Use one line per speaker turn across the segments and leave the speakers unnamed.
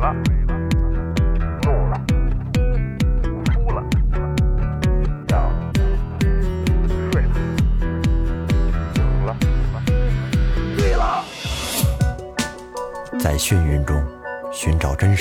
了，怒了，哭了，笑了，睡了，醒了，醉了。
在眩晕中寻找真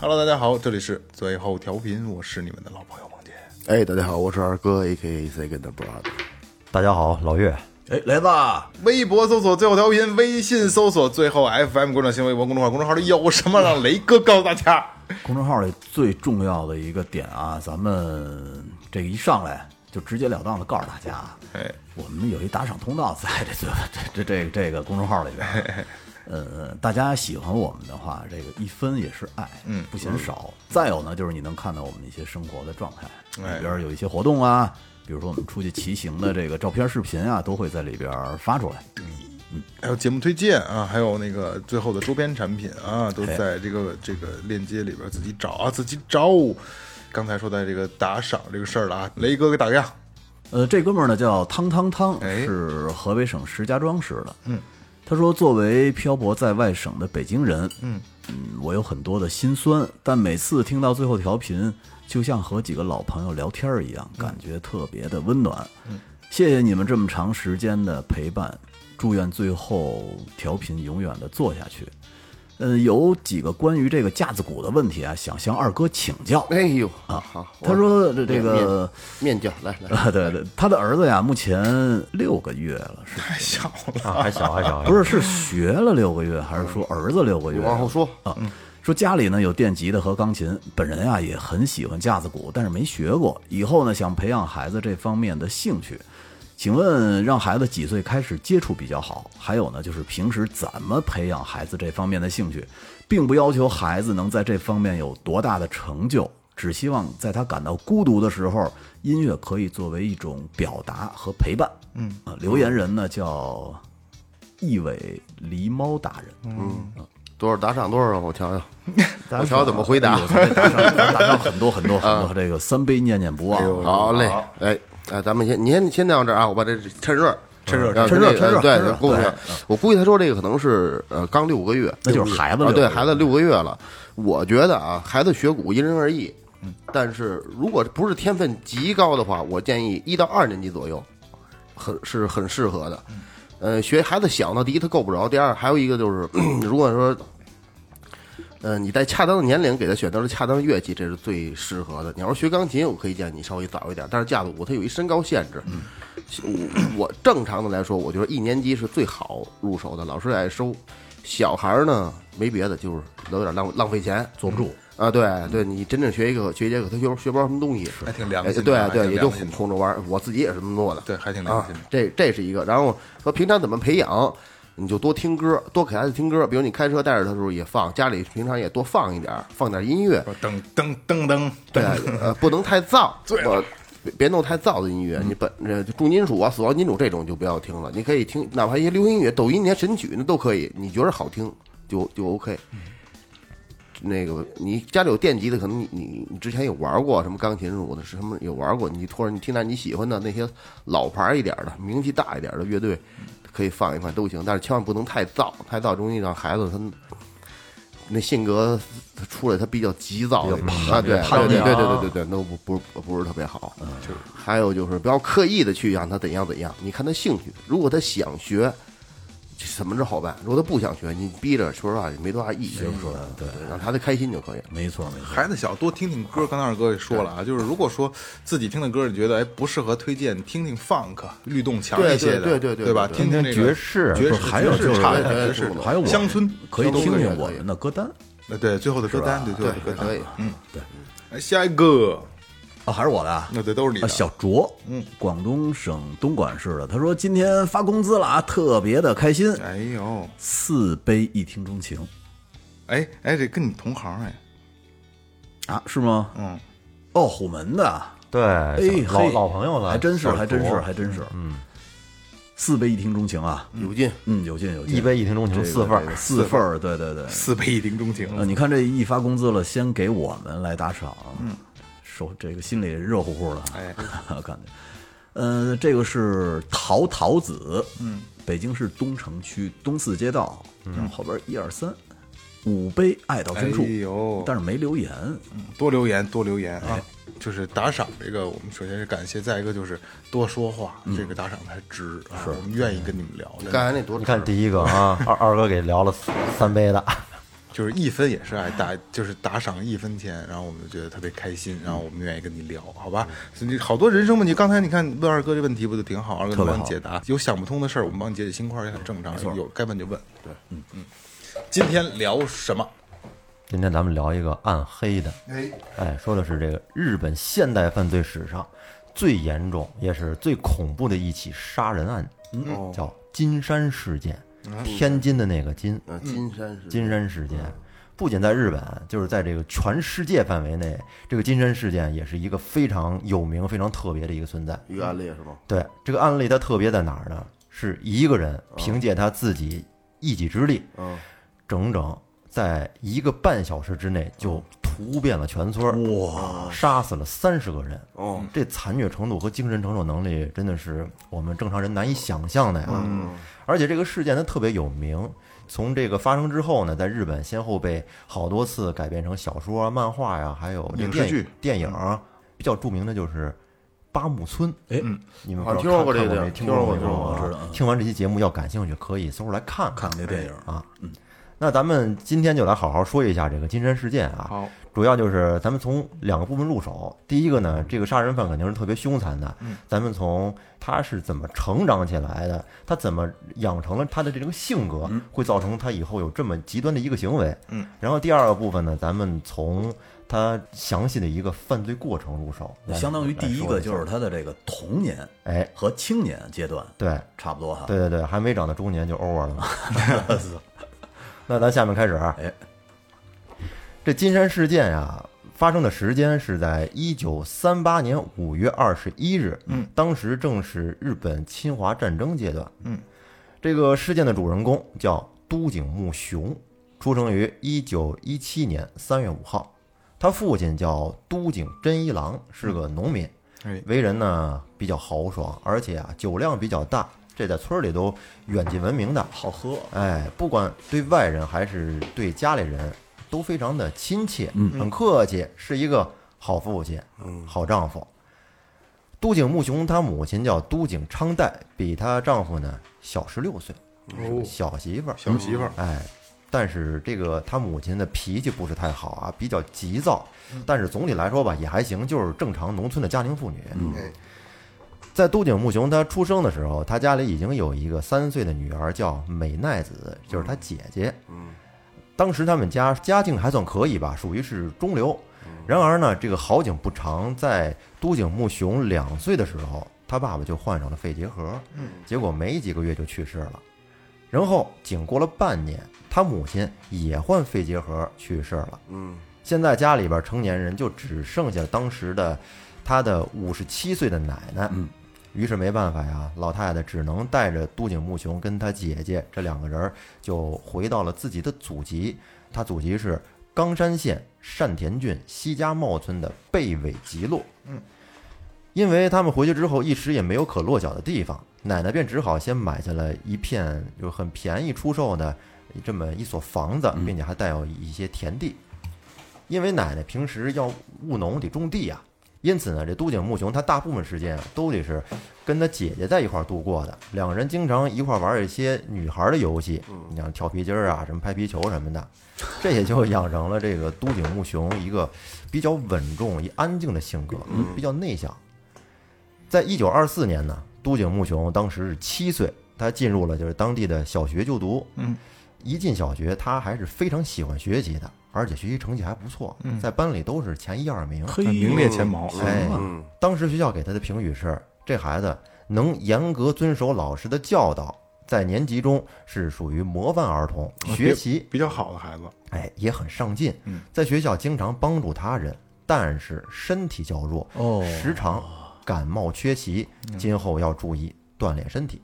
Hello，大家好，这里是最后调频，我是你们的老朋友王杰。
哎，大家好，我是二哥，A K A Second Brother。
大家好，老岳，
哎，雷子，
微博搜索最后调频，微信搜索最后 FM 观众新微博公众号，公众号里有什么让雷哥告诉大家？
公众号里最重要的一个点啊，咱们这一上来就直截了当的告诉大家，啊
哎，
我们有一打赏通道在这最这这这个这个公众号里边。呃，大家喜欢我们的话，这个一分也是爱，嗯，不嫌少。再有呢，就是你能看到我们一些生活的状态，里边有一些活动啊，比如说我们出去骑行的这个照片、视频啊，都会在里边发出来。
还有节目推荐啊，还有那个最后的周边产品啊，都在这个这个链接里边自己找啊，自己找。刚才说到这个打赏这个事儿了啊，雷哥给打个样，
呃，这哥们儿呢叫汤汤汤，
哎
是河北省石家庄市的。嗯，他说，作为漂泊在外省的北京人，嗯我有很多的心酸，但每次听到最后调频，就像和几个老朋友聊天儿一样，感觉特别的温暖。嗯，谢谢你们这么长时间的陪伴，祝愿最后调频永远的做下去。嗯，有几个关于这个架子鼓的问题啊，想向二哥请教。
哎呦啊，好，
他说这这个。
面教来 来，
啊，对对，他的儿子呀，目前六个月了，是
太小了，
啊，还小还小，
不是是学了六个月，还是说儿子六个月？
你往后说，
啊，说家里呢有电吉他和钢琴，本人啊也很喜欢架子鼓，但是没学过。以后呢想培养孩子这方面的兴趣，请问让孩子几岁开始接触比较好？还有呢就是平时怎么培养孩子这方面的兴趣，并不要求孩子能在这方面有多大的成就。只希望在他感到孤独的时候，音乐可以作为一种表达和陪伴。嗯，啊，留言人呢叫一尾狸猫大人。
多少打赏多少，我瞧 瞧，我瞧瞧怎么回答
哎呦。咱打上打上很多很多很多，这个三杯念念不忘。
哎好嘞，哎哎，咱们先你先先到这儿啊，我把这趁热。趁热，
趁热
这个
趁热趁热
对，估计我估计他说这个可能是呃刚六个月，
那就是孩子
啊，
六个月
对孩子六个月了。我觉得啊，孩子学鼓因人而异，但是如果不是天分极高的话，我建议一到二年级左右，很是很适合的。呃，学孩子小呢，第一他够不着，第二还有一个就是， 如果说呃，你在恰当的年龄给他选择了恰当的乐器，这是最适合的。你要是学钢琴，我可以建议你稍微早一点，但是架子鼓它有一身高限制。
嗯
我我正常的来说，我觉得一年级是最好入手的，老师也爱收。小孩儿呢，没别的，就是有点浪浪费钱，
坐不住。
啊，对对，你真正学一个学一节课，他学不学不着什么东西，
还挺良
哎
心的
对
还
对，
挺
也就
良心
哄
的
哄着玩儿。我自己也是这么做的，
对，还挺良
啊
心的。，
这这是一个。然后说平常怎么培养，你就多听歌，多给孩子听歌。比如你开车带着他的时候也放，家里平常也多放一点儿，放点音乐。
噔噔噔噔，
对，呃，不能太燥，我别别弄太燥的音乐。你本呃重金属啊、死亡金属这种就不要听了，你可以听哪怕一些流行音乐、抖音、你看神曲那都可以，你觉得好听就就 OK。那个你家里有电吉的，可能你你你之前有玩过什么钢琴什么的，什么有玩过，你或者你听点你喜欢的那些老牌一点的、名气大一点的乐队，可以放一放都行，但是千万不能太燥，太燥容易让孩子他那性格他出来他比较急躁那种啊，对
叛逆
对
啊
对对对对对，那不不是不是特别好。还有就是不要刻意的去让他怎样怎样，你看他兴趣，如果他想学。什么是好办？如果他不想学，你逼着，说实话也没多大意义。学不出来，对，让他的开心就可以了。
没错没错，
孩子小多听听歌，刚才二哥也说了啊，就是如果说自己听的歌你觉得哎不适合推荐，听听 funk 律动强一些的，
对对对对对
对吧？
对
听听这个
爵士
爵
不
士
是还有
爵士
就是
差点
对啊对
爵士
对对
还有我们
乡村
可以听
乡
听
村
我们的歌单
呃对最后的歌单，对最后的歌
对，
单
可以。。嗯，
哎下一个，
啊，还是我的啊。
那对都是你
啊，
的。
小卓，嗯，广东省东莞市的，他说今天发工资了啊，特别的开心，
哎呦，
四杯一听钟情，
哎哎，这跟你同行哎，
啊，是吗？
嗯，
哦，虎门的，
对，
哎，
老
嘿
老朋友了，
还真是，
小
还真
图
是，还真是，嗯，四杯一听钟情啊，
有劲，
嗯，有劲有劲，
一杯一听钟
这
情
个
四份儿
这，个四份儿，对对对，
四倍一听钟情
呃，你看这一发工资了，先给我们来打赏，嗯，手这个心里热乎乎的，
哎，
看见，呃，这个是陶陶子，嗯，北京市东城区东四街道，然后后边一二三，五杯爱到深处，
嗯哎呦嗯
但是没留言，
多留言，多留言啊！就是打赏这个，我们首先是感谢，再一个就是多说话，这个打赏才值啊！我们愿意跟你们聊
嗯
刚
的，
才那多
你看第一个啊，二二哥给聊了四三杯的，
就是一分也是爱，打就是打赏一分钱，然后我们就觉得特别开心，然后我们愿意跟你聊，好吧？所以你好多人生问题，刚才你看问二哥这问题不就挺好，二哥能帮你解答，有想不通的事儿，我们帮你解解心宽也很正常，有该问就问。对，嗯嗯，今天聊什么？
今天咱们聊一个暗黑的，
哎，
哎，说的是这个日本现代犯罪史上最严重也是最恐怖的一起杀人案，嗯，叫金山事件，天津的那个金，
嗯，金山是
金山事件，不仅在日本，就是在这个全世界范围内，这个金山事件也是一个非常有名、非常特别的一个存在。
于安烈是吗？
对这个案例，它特别在哪儿呢？是一个人凭借他自己一己之力，
嗯，
整整在一个半小时之内就屠遍了全村儿，
哇，
杀死了三十个人。
哦，
这残虐程度和精神承受能力真的是我们正常人难以想象的呀。
嗯
而且这个事件它特别有名，从这个发生之后呢，在日本先后被好多次改编成小说啊、漫画呀、还有这
影视
电
剧
电影啊。比较著名的就是八木村，嗯
哎，
你们
啊
不知道
听说过
看
这个
看没
听
听
说
过
过
没
听说
过
过知道
啊？听完这期节目要感兴趣，可以搜出来看
看看这电影，
哎
啊。嗯，那咱们今天就来好好说一下这个金山事件啊。
好，
主要就是咱们从两个部分入手。第一个
嗯
呢，这个杀人犯肯定是特别凶残的，咱们从他是怎么成长起来的，他怎么养成了他的这个性格，
嗯
会造成他以后有这么极端的一个行为。
嗯，
然后第二个部分呢，咱们从他详细的一个犯罪过程入手，来
相当于第
来
一
说
个
一下
就是他的这个童年
哎，
和青年阶段，
对
差不多哈，
对对对，还没长到中年就 over 了嘛。那咱下面开始，啊
哎，
这金山事件呀、发生的时间是在一九三八年五月二十一日，嗯，当时正是日本侵华战争阶段，嗯，这个事件的主人公叫都井木雄，出生于一九一七年三月五号，他父亲叫都井真一郎，是个农民，
哎
为人呢比较豪爽，而且啊酒量比较大，这在村儿里都远近闻名的，
好喝，
哎，不管对外人还是对家里人，都非常的亲切，
嗯
很客气，是一个好父亲，好丈夫。都井木雄他母亲叫都井昌代，比她丈夫呢小十六岁，是个小媳妇儿。
嗯哦小媳妇儿，
哎，但是这个他母亲的脾气不是太好啊，比较急躁，
嗯
但是总体来说吧也还行，就是正常农村的家庭妇女。
哎
在都井木雄他出生的时候，他家里已经有一个三岁的女儿叫美奈子，就是他姐姐。嗯，当时他们家家境还算可以吧，属于是中流。然而呢，这个好景不长，在都井木雄两岁的时候，他爸爸就患上了肺结核，结果没几个月就去世了。然后仅过了半年，他母亲也患肺结核去世了。
嗯，
现在家里边成年人就只剩下当时的他的五十七岁的奶奶。嗯，于是没办法呀，老太太只能带着都井木雄跟他姐姐这两个人儿就回到了自己的祖籍。他祖籍是冈山县单田郡西家茂村的贝尾吉落。嗯，因为他们回去之后一时也没有可落脚的地方，奶奶便只好先买下了一片就很便宜出售的这么一所房子，并且还带有一些田地。因为奶奶平时要务农得种地啊，因此呢，这都井木雄他大部分时间啊都得是跟他姐姐在一块儿度过的。两个人经常一块儿玩一些女孩儿的游戏，你像跳皮筋儿啊、什么拍皮球什么的，这也就养成了这个都井木雄一个比较稳重、一安静的性格，嗯比较内向。在一九二四年呢，都井木雄当时是七岁，他进入了就是当地的小学就读。嗯，一进小学，他还是非常喜欢学习的，而且学习成绩还不错，在班里都是前一二名。
嘿，
名列前茅，
哎，
嗯
当时学校给他的评语是：这孩子能严格遵守老师的教导，在年级中是属于模范儿
啊
童，学习
嗯比较好的孩子，
哎也很上进，在学校经常帮助他人，但是身体较弱，
哦
时常感冒缺席，今后要注意锻炼身体。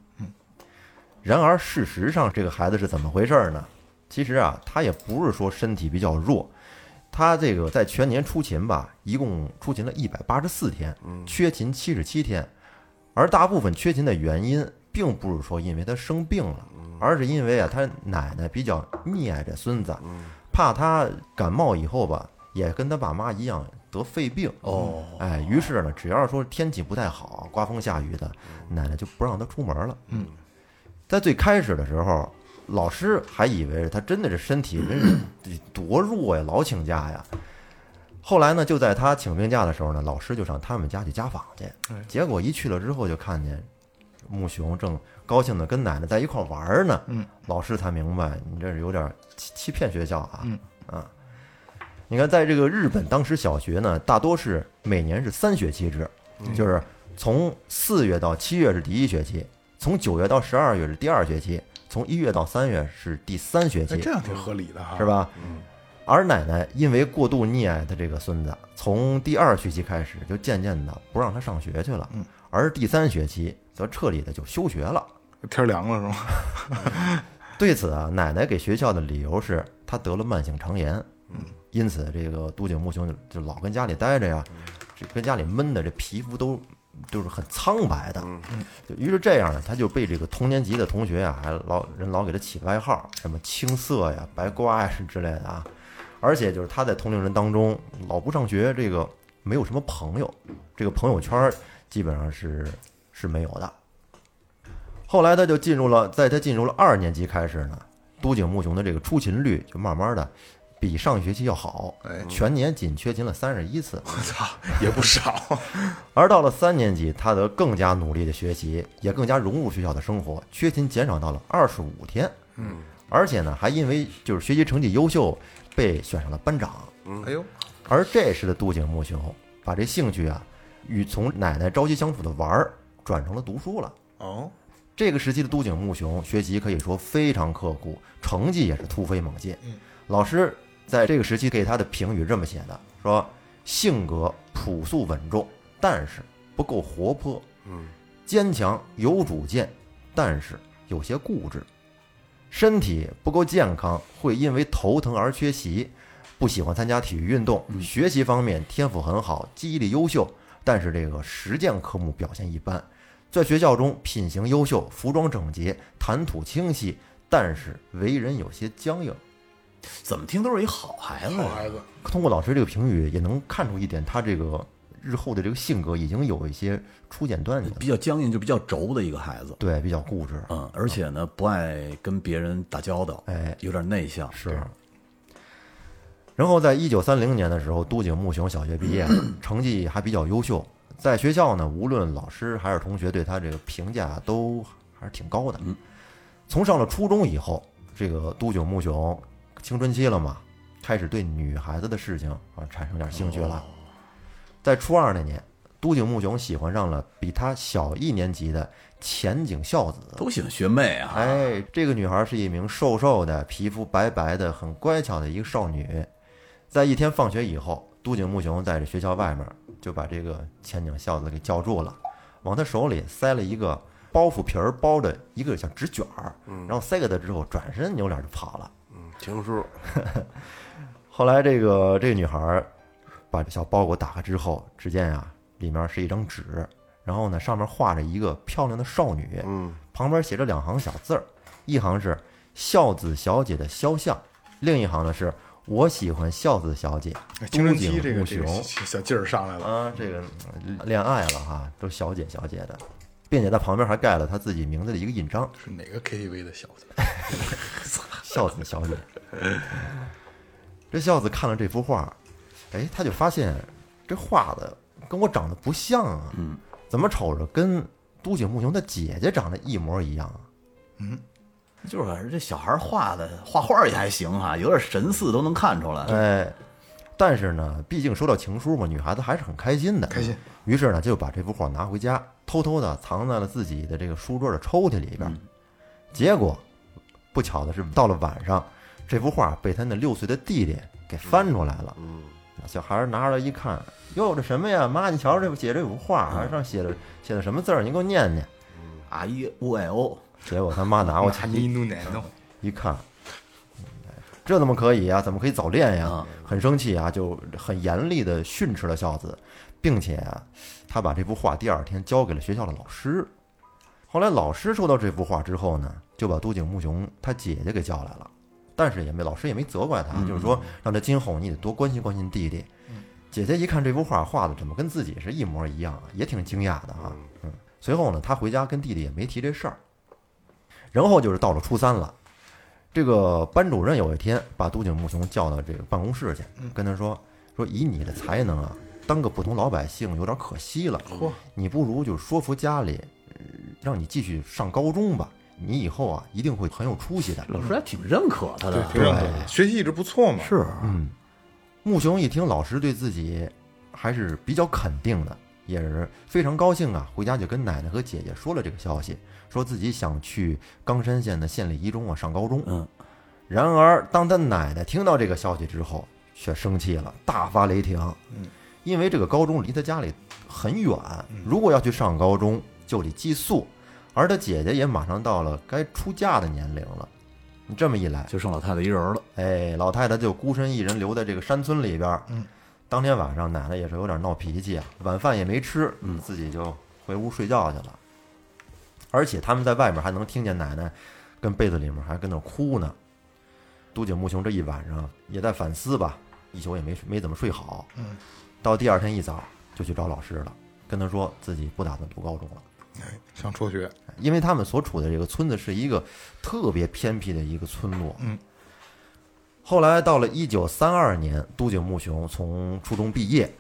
然而事实上，这个孩子是怎么回事呢？其实啊，他也不是说身体比较弱，他这个在全年出勤吧，一共出勤了一百八十四天，缺勤七十七天，而大部分缺勤的原因，并不是说因为他生病了，而是因为啊，他奶奶比较溺爱这孙子，怕他感冒以后吧，也跟他爸妈一样得肺病。哦，哎，于是呢，只要说天气不太好，刮风下雨的，奶奶就不让他出门了。嗯，在最开始的时候。老师还以为他真的是身体真是得多弱呀，老请假呀。后来呢，就在他请病假的时候呢，老师就上他们家去家访去。结果一去了之后，就看见木熊正高兴的跟奶奶在一块玩儿呢。嗯，老师才明白，你这是有点欺欺骗学校啊。嗯啊，你看，在这个日本，当时小学呢，大多是每年是三学期制，就是从四月到七月是第一学期，从九月到十二月是第二学期，从一月到三月是第三学期。
哎，这样挺合理的哈，
嗯是？吧？而奶奶因为过度溺爱她这个孙子，从第二学期开始就渐渐的不让他上学去了，而第三学期则彻底的就休学了。
天凉了是吗？
对此啊，奶奶给学校的理由是她得了慢性肠炎，因此这个都井木雄就就老跟家里待着呀，这跟家里闷的，这皮肤都就是很苍白的。就于是这样呢，他就被这个同年级的同学啊，还老人老给他起外号，什么青色呀、白瓜呀之类的啊。而且就是他在同龄人当中老不上学，这个没有什么朋友，这个朋友圈儿基本上是是没有的。后来他就进入了，在他进入了二年级开始呢，都井木雄的这个出勤率就慢慢的比上学期要好，全年仅缺勤了三十一次。
我操，也不少。
而到了三年级，他则更加努力的学习，也更加融入学校的生活，缺勤减少到了二十五天。嗯，而且呢，还因为就是学习成绩优秀，被选上了班长。
哎呦，
而这时的都井木雄把这兴趣啊，与从奶奶朝夕相处的玩儿，转成了读书了。
哦，
这个时期的都井木雄学习可以说非常刻苦，成绩也是突飞猛进。老师在这个时期给他的评语这么写的：说性格朴素稳重，但是不够活泼；
嗯，
坚强有主见，但是有些固执；身体不够健康，会因为头疼而缺席；不喜欢参加体育运动；学习方面天赋很好，记忆力优秀，但是这个实践科目表现一般。在学校中品行优秀，服装整洁，谈吐清晰，但是为人有些僵硬。
怎么听都是一好孩子呀，啊
好孩子，
通过老师这个评语，也能看出一点，他这个日后的这个性格已经有一些初见端倪了
比，较僵硬，就比较轴的一个孩子。
对，比较固执。
嗯，而且呢，不爱跟别人打交道，
哎
有点内向。
是。然后，在一九三零年的时候，都井木雄小学毕业了，成绩还比较优秀。在学校呢，无论老师还是同学对他这个评价都还是挺高的。从上了初中以后，这个都井木雄青春期了嘛，开始对女孩子的事情啊产生点兴趣了。在初二那年，都井木雄喜欢上了比他小一年级的前井孝子。
都喜欢学妹啊，
哎，这个女孩是一名瘦瘦的、皮肤白白的、很乖巧的一个少女。在一天放学以后，都井木雄在这学校外面就把这个前井孝子给叫住了，往她手里塞了一个包袱皮儿包着一个小纸卷儿，然后塞给她之后，转身扭脸就跑了。
情书，
后来这个这个女孩儿把这小包裹打开之后，只见啊里面是一张纸，然后呢上面画着一个漂亮的少女，
嗯，
旁边写着两行小字儿，一行是孝子小姐的肖像，另一行呢是我喜欢孝子小姐
哎，青
都
春期
井
这个
木
这个
雄
小小劲儿上来了，
啊，这个嗯恋爱了哈，都小姐小姐的，并且在旁边还盖了她自己名字的一个印章，
是哪个 KTV 的小子？
孝子小姐。这孝子看了这幅画，哎，他就发现这画的跟我长得不像啊，嗯，怎么瞅着跟都井木雄的姐姐长得一模一样啊？
就是反正这小孩画的画画也还行哈、有点神似都能看出来。
哎，但是呢，毕竟收到情书嘛，女孩子还是很开心的。
开心。
于是呢，就把这幅画拿回家，偷偷的藏在了自己的这个书桌的抽屉里边。结果，不巧的是，到了晚上，这幅画被他那六岁的弟弟给翻出来了。嗯，小孩儿拿出来一看，哟，这什么呀？妈，你瞧这姐这有幅画，还上写的写的什么字儿？你给我念念。
啊一 u i o，
结果他妈拿过去
看你弄奶弄，
一看，嗯这怎么可以啊？怎么可以早恋呀、
啊
很生气啊，就很严厉的训斥了孝子，并且啊，他把这幅画第二天交给了学校的老师。后来老师收到这幅画之后呢，就把都井木雄他姐姐给叫来了，但是也没老师也没责怪他，就是说让他今后你得多关心关心弟弟。姐姐一看这幅画画的怎么跟自己是一模一样啊，也挺惊讶的啊。嗯，随后呢，他回家跟弟弟也没提这事儿。然后就是到了初三了，这个班主任有一天把都井木雄叫到这个办公室去，跟他说：“说以你的才能啊，当个普通老百姓有点可惜了。你不如就说服家里，呃让你继续上高中吧。你以后啊，一定会很有出息的。”
老师还挺认可他的，
挺认可的，学习一直不错嘛。
是
嗯，木雄一听老师对自己还是比较肯定的，也是非常高兴啊，回家就跟奶奶和姐姐说了这个消息，说自己想去冈山县的县立一中啊上高中。
嗯，
然而当他奶奶听到这个消息之后，却生气了，大发雷霆。嗯，因为这个高中离他家里很远，如果要去上高中就得寄宿，而他姐姐也马上到了该出嫁的年龄了。你这么一来，
就剩老太太一人了。
哎，老太太就孤身一人留在这个山村里边。嗯，当天晚上奶奶也是有点闹脾气啊，晚饭也没吃，嗯，自己就回屋睡觉去了。而且他们在外面还能听见奶奶跟被子里面还跟那哭呢。都井木雄这一晚上也在反思吧，一宿也没没怎么睡好。嗯，到第二天一早就去找老师了，跟他说自己不打算读高中了。
想辍学，
因为他们所处的这个村子是一个特别偏僻的一个村落。嗯。后来到了一九三二年，都井木雄从初中毕业，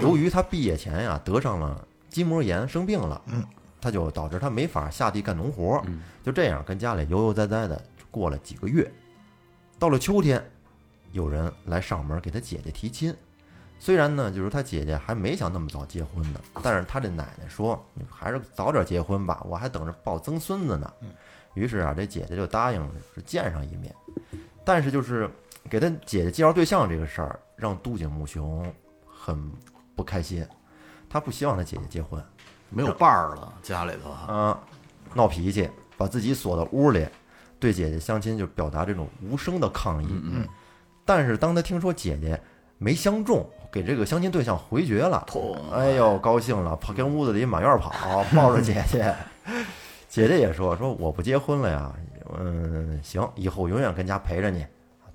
由于他毕业前呀、得上了筋膜炎，生病了，嗯，他就导致他没法下地干农活，嗯，就这样跟家里悠悠哉哉的过了几个月。到了秋天，有人来上门给他姐姐提亲，虽然呢，就是他姐姐还没想那么早结婚呢，但是他这奶奶说，你还是早点结婚吧，我还等着抱曾孙子呢。于是啊，这姐姐就答应了，是见上一面。但是就是给他姐姐介绍对象这个事儿，让都井木雄很不开心，他不希望他姐姐结婚
没有伴儿了，家里头啊
啊，闹脾气，把自己锁到屋里，对姐姐相亲就表达这种无声的抗议。嗯但是当他听说姐姐没相中，给这个相亲对象回绝了，哎呦，高兴了，跑跟屋子里满院跑，抱着姐姐。姐姐也说说我不结婚了呀，嗯，行，以后永远跟家陪着你。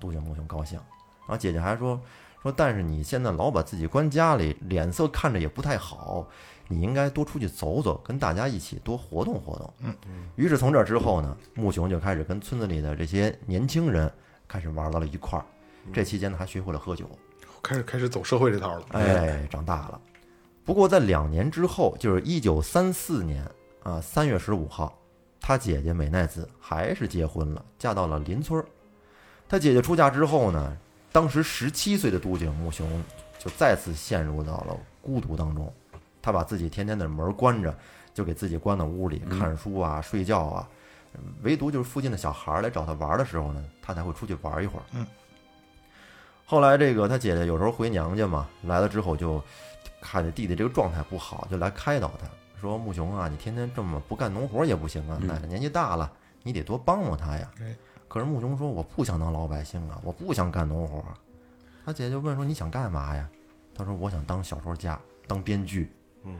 杜景木雄高兴，然后姐姐还说说，但是你现在老把自己关家里，脸色看着也不太好，你应该多出去走走，跟大家一起多活动活动。嗯，于是从这之后呢，木雄就开始跟村子里的这些年轻人开始玩到了一块儿。这期间呢，还学会了喝酒。
开始开始走社会这套了。
哎，长大了。不过在两年之后，就是一九三四年啊，三月十五号，他姐姐美奈子还是结婚了，嫁到了邻村儿。他姐姐出嫁之后呢，当时十七岁的都井木雄就再次陷入到了孤独当中。他把自己天天的门关着，就给自己关到屋里看书啊、睡觉啊，唯独就是附近的小孩儿来找他玩儿的时候呢，他才会出去玩一会儿。后来这个他姐姐有时候回娘家嘛，来了之后就看见弟弟这个状态不好，就来开导他说：“木雄啊，你天天这么不干农活也不行啊，奶奶年纪大了，你得多帮帮她呀。
哎”
可是木雄说：“我不想当老百姓啊，我不想干农活。”啊他姐姐就问说：“你想干嘛呀？”他说：“我想当小说家，当编剧。”嗯，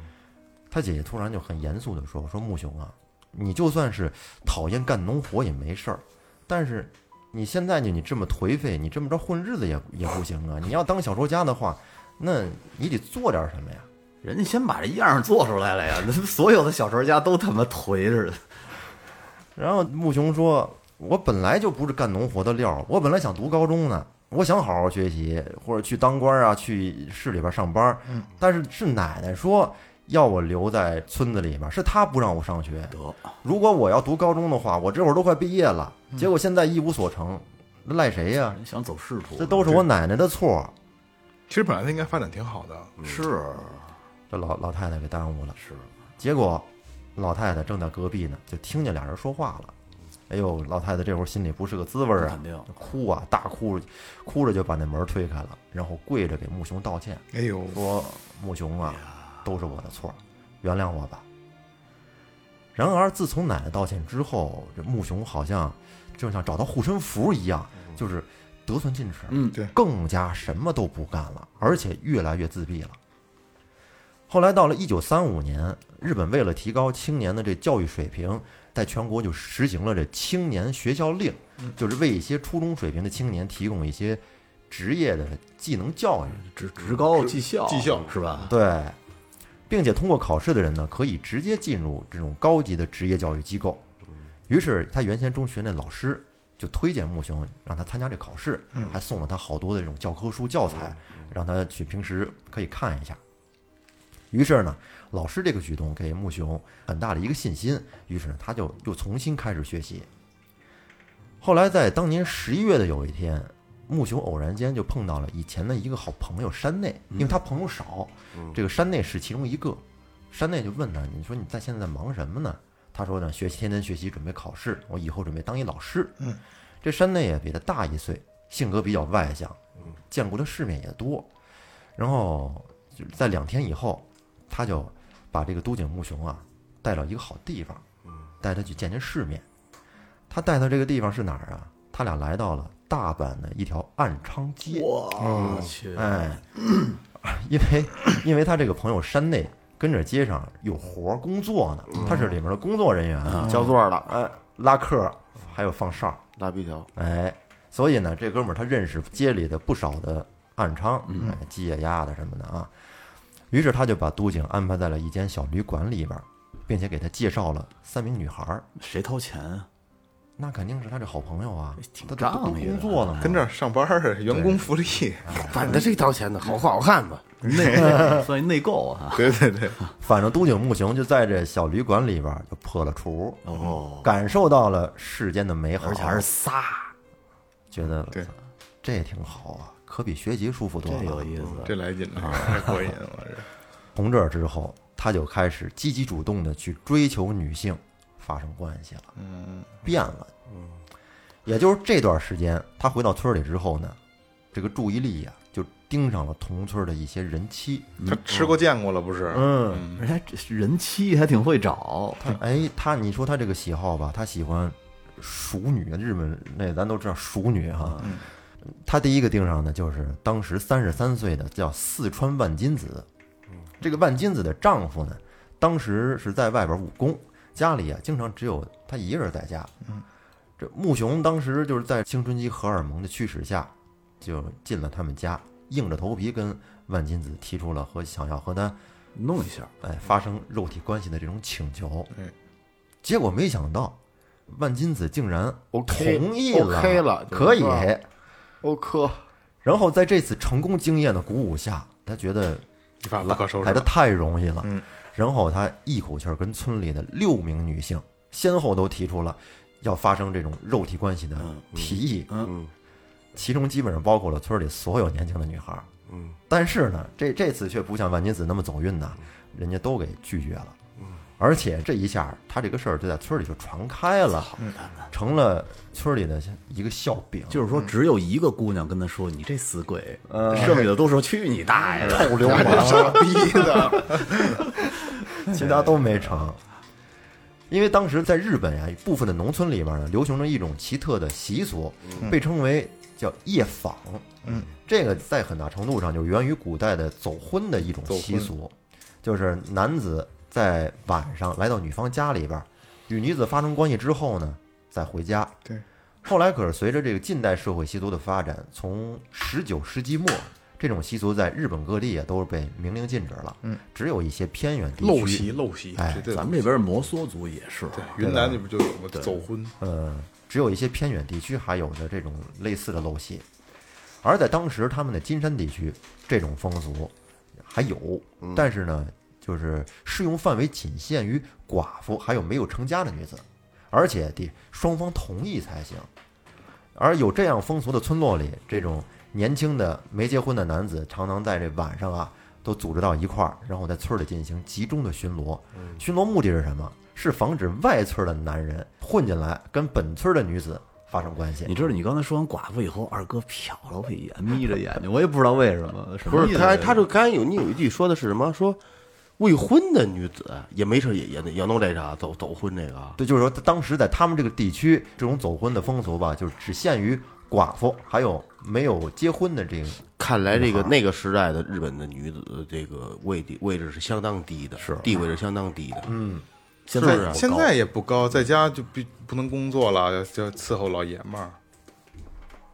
他姐姐突然就很严肃地说：“说木雄啊，你就算是讨厌干农活也没事儿，但是你现在你你这么颓废，你这么着混日子也也不行啊！你要当小说家的话，那你得做点什么呀？
人家先把这样儿做出来了呀， 所有的小说家都他妈颓着的。
然后木雄说：“我本来就不是干农活的料儿，我本来想读高中呢，我想好好学习，或者去当官啊，去市里边上班。嗯，但是是奶奶说要我留在村子里边，是她不让我上学。
得，
如果我要读高中的话，我这会儿都快毕业了，结果现在一无所成，那赖谁呀？
人 想走仕途，
这都是我奶奶的错。”
其实本来他应该发展挺好的，
嗯
是
这老老太太给耽误了。是，结果老太太正在隔壁呢，就听见俩人说话了。哎呦，老太太这会儿心里不是个滋味儿啊
肯定，
哭啊，大哭，哭着就把那门推开了，然后跪着给穆雄道歉，
哎呦，
说穆雄啊，都是我的错，原谅我吧。然而自从奶奶道歉之后，这穆雄好像就像找到护身符一样，就是得寸进尺，
嗯
对
更加什么都不干了，而且越来越自闭了。后来到了一九三五年，日本为了提高青年的这教育水平，在全国就实行了这青年学校令，就是为一些初中水平的青年提供一些职业的技能教育。
职职高技校，
技校
是吧？
对，并且通过考试的人呢，可以直接进入这种高级的职业教育机构。于是他原先中学那老师就推荐穆雄让他参加这考试，还送了他好多的这种教科书教材，让他去平时可以看一下。于是呢，老师这个举动给穆雄很大的一个信心，于是呢，他就又重新开始学习。后来在当年十一月的有一天，穆雄偶然间就碰到了以前的一个好朋友山内，因为他朋友少，这个山内是其中一个。山内就问他：“你说你在现在在忙什么呢？”他说呢：“学习，天天学习，准备考试。我以后准备当一老师。”嗯，这山内也比他大一岁，性格比较外向，见过的世面也多。然后就在两天以后，他就把这个都井木雄啊带到一个好地方，带他去见见世面。他带到这个地方是哪儿啊？他俩来到了大阪的一条暗娼街。
我啊去，
哎，因为因为他这个朋友山内跟着街上有活儿工作呢，
嗯
他是里面的工作人员，
交座了，
哎，拉客，还有放哨，
拉皮条，
哎，所以呢，这哥们儿他认识街里的不少的暗娼，
嗯
哎，鸡也鸭的什么的啊。于是他就把都井安排在了一间小旅馆里边儿，并且给他介绍了三名女孩儿，
谁掏钱啊？
那肯定是他这好朋友啊，
哎挺
他
仗
他不
义的
工作呢嘛，
跟这儿上班儿，啊员工福利，
嗯
反正谁掏钱的好不好看吧？
内算内购 啊！
对对对，
反正都井木雄就在这小旅馆里边儿就破了处，
哦，
感受到了世间的美好，
而且还是仨，
觉得
对
这也挺好啊，可比学习舒服多
这有
了。啊
意思。
这来劲了，太过瘾了，这。
从这儿之后，他就开始积极主动的去追求女性发生关系了，嗯，变了，嗯，也就是这段时间，他回到村里之后呢，这个注意力呀、就盯上了同村的一些人妻，
他吃过见过了，不是？
嗯，
人家这人妻还挺会找，
他哎，他你说他这个喜好吧，他喜欢熟女，日本那咱都知道熟女哈、他第一个盯上的就是当时三十三岁的叫四川万金子，这个万金子的丈夫呢，当时是在外边务工，家里啊经常只有他一个人在家。这穆雄当时就是在青春期荷尔蒙的驱使下，就进了他们家，硬着头皮跟万金子提出了和想要和他
弄一下，
哎发生肉体关系的这种请求。
嗯
结果没想到，万金子竟然
OK，
同意了
OK 了
可以。啊
就是说欧科，
然后在这次成功经验的鼓舞下，他觉得
一发不可收拾
来的
了，
太容易了。
嗯
然后他一口气儿跟村里的六名女性先后都提出了要发生这种肉体关系的提议，
嗯
其中基本上包括了村里所有年轻的女孩儿。
嗯，
但是呢，这这次却不像万金子那么走运呐，人家都给拒绝了。而且这一下，他这个事儿就在村里就传开了，成了村里的一个笑柄，
就是说只有一个姑娘跟他说：“你这死鬼！”剩下的都说：“去你大爷的
臭流氓。
傻逼的，
其他都没成。因为当时在日本呀，啊部分的农村里边呢，流行着一种奇特的习俗，被称为叫夜访。嗯，这个在很大程度上就是源于古代的走婚的一种习俗，就是男子在晚上来到女方家里边，与女子发生关系之后呢，再回家。
对，
后来可是随着这个近代社会习俗的发展，从十九世纪末，这种习俗在日本各地也都是被明令禁止了。嗯，只有一些偏远地区
陋习陋习，
哎
绝对！”
咱们这边摩梭族也是，
云南那边就有嘛走婚，
呃，只有一些偏远地区还有的这种类似的陋习，而在当时他们的金山地区，这种风俗还有，但是呢，就是适用范围仅限于寡妇还有没有成家的女子，而且得双方同意才行。而有这样风俗的村落里，这种年轻的没结婚的男子，常常在这晚上啊，都组织到一块儿，然后在村儿里进行集中的巡逻。巡逻目的是什么？是防止外村的男人混进来跟本村的女子发生关系。
你知道，你刚才说完寡妇以后，二哥瞟了我一眼，眯着眼睛，我也不知道为什么。什么
不
意
是
思啊
他，他这刚才有你有一句说的是什么？说未婚的女子也没事，也也也弄这个走走婚这个啊。
对，就是说当时在他们这个地区，这种走婚的风俗吧，就是只限于寡妇，还有没有结婚的这个。
看来这个那个时代的日本的女子，这个位地位置是相当低的，是地位是相当低的。嗯，
现
在
在不
现
高
在也不高，在家就不不能工作了，要就伺候老爷们儿。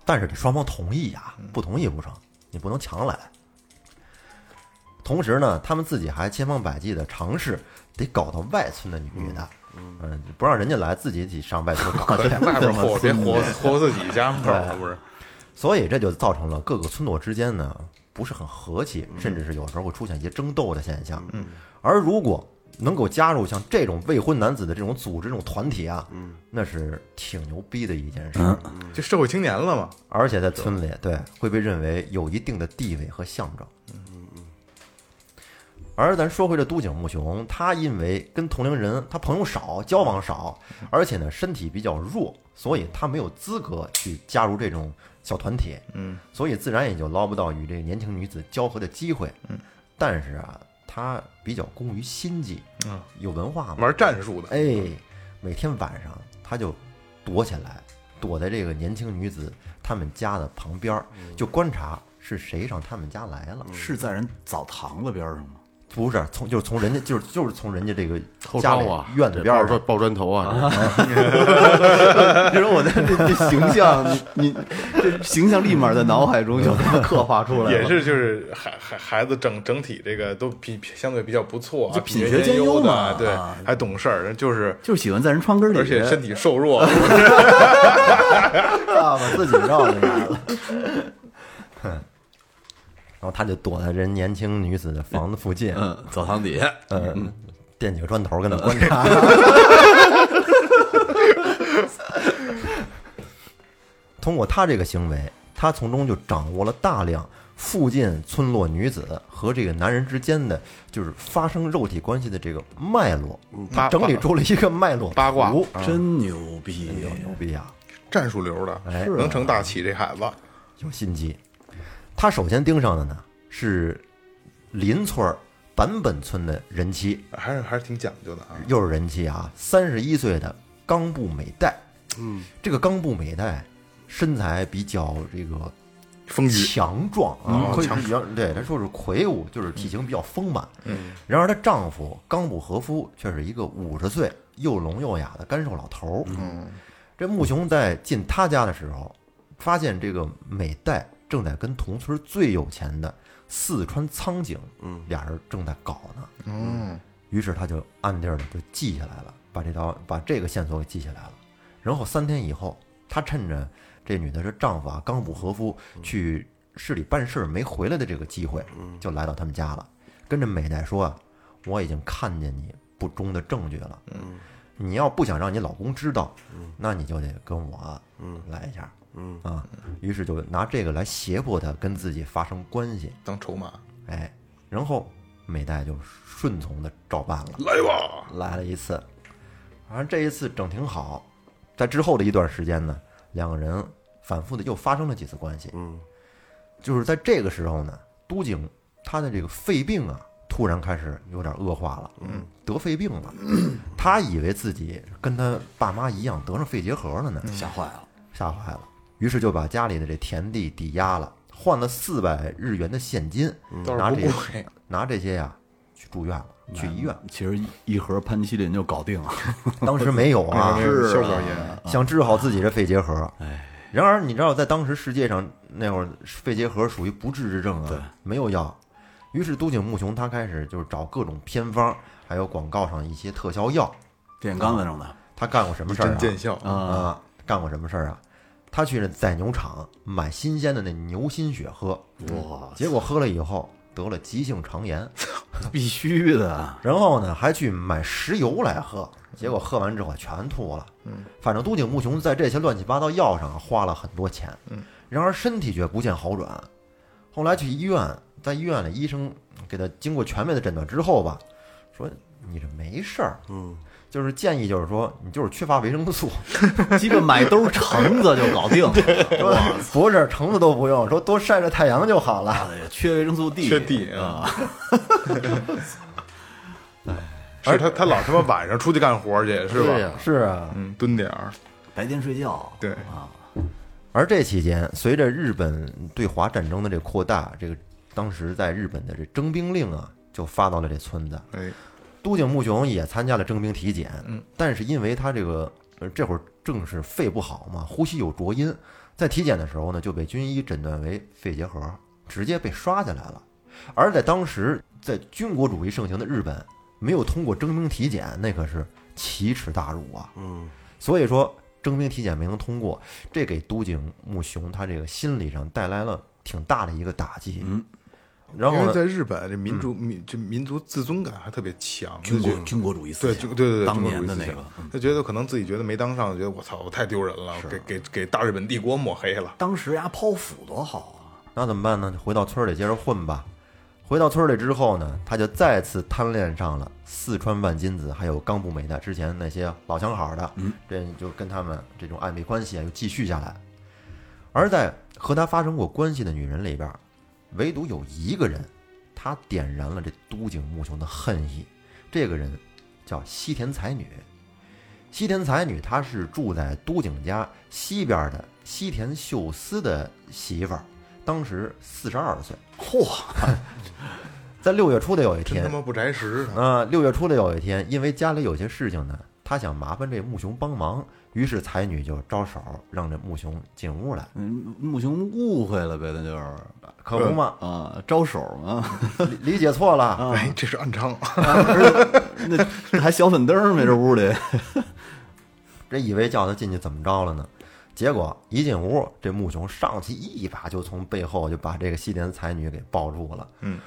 但是得双方同意呀、不同意不成，你不能强来。同时呢，他们自己还千方百计的尝试得搞到外村的女的，嗯，不让人家来，自己得上外村搞去
在外 边活，别活活自己家门口了，不是？
所以这就造成了各个村落之间呢不是很和气，甚至是有时候会出现一些争斗的现象。嗯，而如果能够加入像这种未婚男子的这种组织、这种团体啊，嗯，那是挺牛逼的一件事。
就社会青年了嘛。
而且在村里，对会被认为有一定的地位和象征。而咱说回这都井木雄，他因为跟同龄人他朋友少，交往少，而且呢身体比较弱，所以他没有资格去加入这种小团体。嗯，所以自然也就捞不到与这个年轻女子交合的机会。嗯，但是啊，他比较工于心计，嗯，有文化嘛，
玩战术的，
哎，每天晚上他就躲起来，躲在这个年轻女子他们家的旁边儿，
嗯
就观察是谁上他们家来了。
是在人澡堂子边上吗？
不是从就是从人家就是就是从人家这个
后
家
招
里
啊，
院子边儿
这抱砖抱砖头啊，
你说我的这这形象，你你这形象立马在脑海中就 刻画出来了，
也是就是孩孩孩子整整体这个都比相对比较不错啊，
就品
品
学兼优
优
嘛
的，对
啊，
还懂事儿，就是
就是喜欢在人窗根里，
而且身体瘦弱，
啊，把自己绕进来了。 哼， 然后他就躲在人年轻女子的房子附近，
嗯，澡堂底下，
嗯，垫几个砖头
嗯
跟那观察。 通过他这个行为，他从中就掌握了大量附近村落女子和这个男人之间的，就是发生肉体关系的这个脉络，他
嗯八
整理出了一个脉络
八卦
哎
图
哦真牛逼！
有牛逼啊！
战术流的，
哎
能成大器这孩子，
有心机。他首先盯上的呢是邻村儿坂本村的人妻，
还是还是挺讲究的啊。
又是人妻啊，三十一岁的冈部美代。嗯，这个冈部美代身材比较这个
风雨
强壮啊，
哦
魁
强
比较对他说是魁梧，就是体型比较丰满。嗯，然而她丈夫冈部和夫却是一个五十岁又聋又哑的干瘦老头。嗯，这木雄在进他家的时候，发现这个美代正在跟同村最有钱的四川苍井，嗯，俩人正在搞呢。
嗯，
于是他就暗地儿的就记下来了，把这条把这个线索给记下来了。然后三天以后，他趁着这女的这丈夫啊冈部和夫去市里办事儿没回来的这个机会，就来到他们家了，跟着美代说啊，我已经看见你不忠的证据了，嗯，你要不想让你老公知道，那你就得跟我来一下，嗯啊，于是就拿这个来胁迫他跟自己发生关系，
当筹码
哎，然后美代就顺从的照办了。
来吧，
来了一次，反正这一次整挺好。在之后的一段时间呢，两个人反复的又发生了几次关系。嗯，就是在这个时候呢，都井他的这个肺病啊，突然开始有点恶化了，嗯，得肺病了。他以为自己跟他爸妈一样得上肺结核了呢，
吓坏了，
吓坏了，于是就把家里的这田地抵押了，换了四百日元的现金，
倒
拿
是
这
不贵，
拿这些呀、去住院了，去医院。
其实一一盒潘西林就搞定了，
当时没有啊，
是效果也
想治好自己的肺结核。然而你知道，在当时世界上那会儿，肺结核属于不治之症啊，没有药。于是都井木雄他开始就是找各种偏方，还有广告上一些特效药。
电线杆子上的，
他干过什么事儿
真
啊？
见效。
啊，干过什么事儿啊？他去那宰牛场买新鲜的那牛心血喝，
哇，
结果喝了以后得了急性肠炎。
必须的，
然后呢，还去买石油来喝，结果喝完之后全吐了。嗯，反正都井木雄在这些乱七八糟药上花了很多钱。嗯，然而身体却不见好转。后来去医院，在医院里，医生给他经过全面的诊断之后吧，说你这没事儿。嗯，就是建议就是说，你就是缺乏维生素，
基本买兜橙子就搞定了。
说不是橙子都不用，说多晒晒太阳就好了。
哎呀缺维生素 D，
缺 D
啊，
是他他老他妈晚上出去干活去是
对
吧？
呀
是啊，
嗯，蹲点儿，
白天睡觉。
对
啊，
而这期间，随着日本对华战争的这扩大，这个当时在日本的这征兵令啊，就发到了这村子。
哎，
都井木雄也参加了征兵体检，但是因为他这个呃这会儿正是肺不好嘛，呼吸有浊音，在体检的时候呢就被军医诊断为肺结核，直接被刷下来了。而在当时在军国主义盛行的日本，没有通过征兵体检，那可是奇耻大辱啊！
嗯，
所以说征兵体检没能通过，这给都井木雄他这个心理上带来了挺大的一个打击。嗯，然后
因为
呢
在日本这民族民这民族自尊感还特别强，
军
就
国
觉得
军国主义思
对，
想
就对对对，
当
中国
年
主义
的
思
那
想
个，
他觉得可能自己觉得没当上，觉得我操，我太丢人了，给给给大日本帝国抹黑了。
当时呀剖腹多好啊。
那怎么办呢？就回到村儿里接着混吧。回到村儿里之后呢，他就再次贪恋上了四川万金子，还有冈部美代之前那些老相好的，这就跟他们这种暧昧关系啊又继续下来。而在和他发生过关系的女人里边，唯独有一个人，他点燃了这都井木雄的恨意。这个人叫西田彩女。西田彩女她是住在都井家西边的西田秀司的媳妇儿，当时四十二岁。
嚯，
在六月初的有一
真
天
他，妈不宅时，
啊，六月初的有一天，因为家里有些事情呢，她想麻烦这木熊帮忙，于是才女就招手让这木熊进屋来，
嗯，木熊误会了呗，那就是
可不嘛，
啊，招手嘛，
理理解错了。
哎，这是暗娼，
那还小粉灯儿没这屋里，
这以为叫他进去怎么着了呢？结果一进屋，这木熊上去一把就从背后就把这个西田才女给抱住了，
嗯，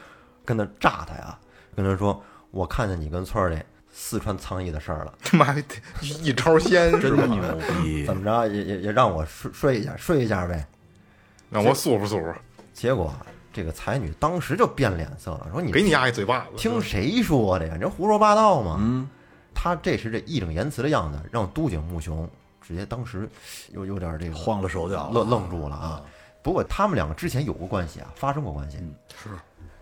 跟他炸他呀，跟他说：“我看见你跟村儿里四川苍蝇的事儿了，
他妈一招鲜是吧？
逼
怎么着也也也让我睡睡一下，睡一下呗。”
让我舒服舒服，
结果啊这个才女当时就变脸色了，说你
给你丫一嘴巴子。
听谁说的呀？你这胡说八道嘛！嗯，他这时这义正言辞的样子，让都井木雄直接当时有有点这个
慌了手脚了
愣愣住了啊。不过他们两个之前有过关系啊，发生过关系。是。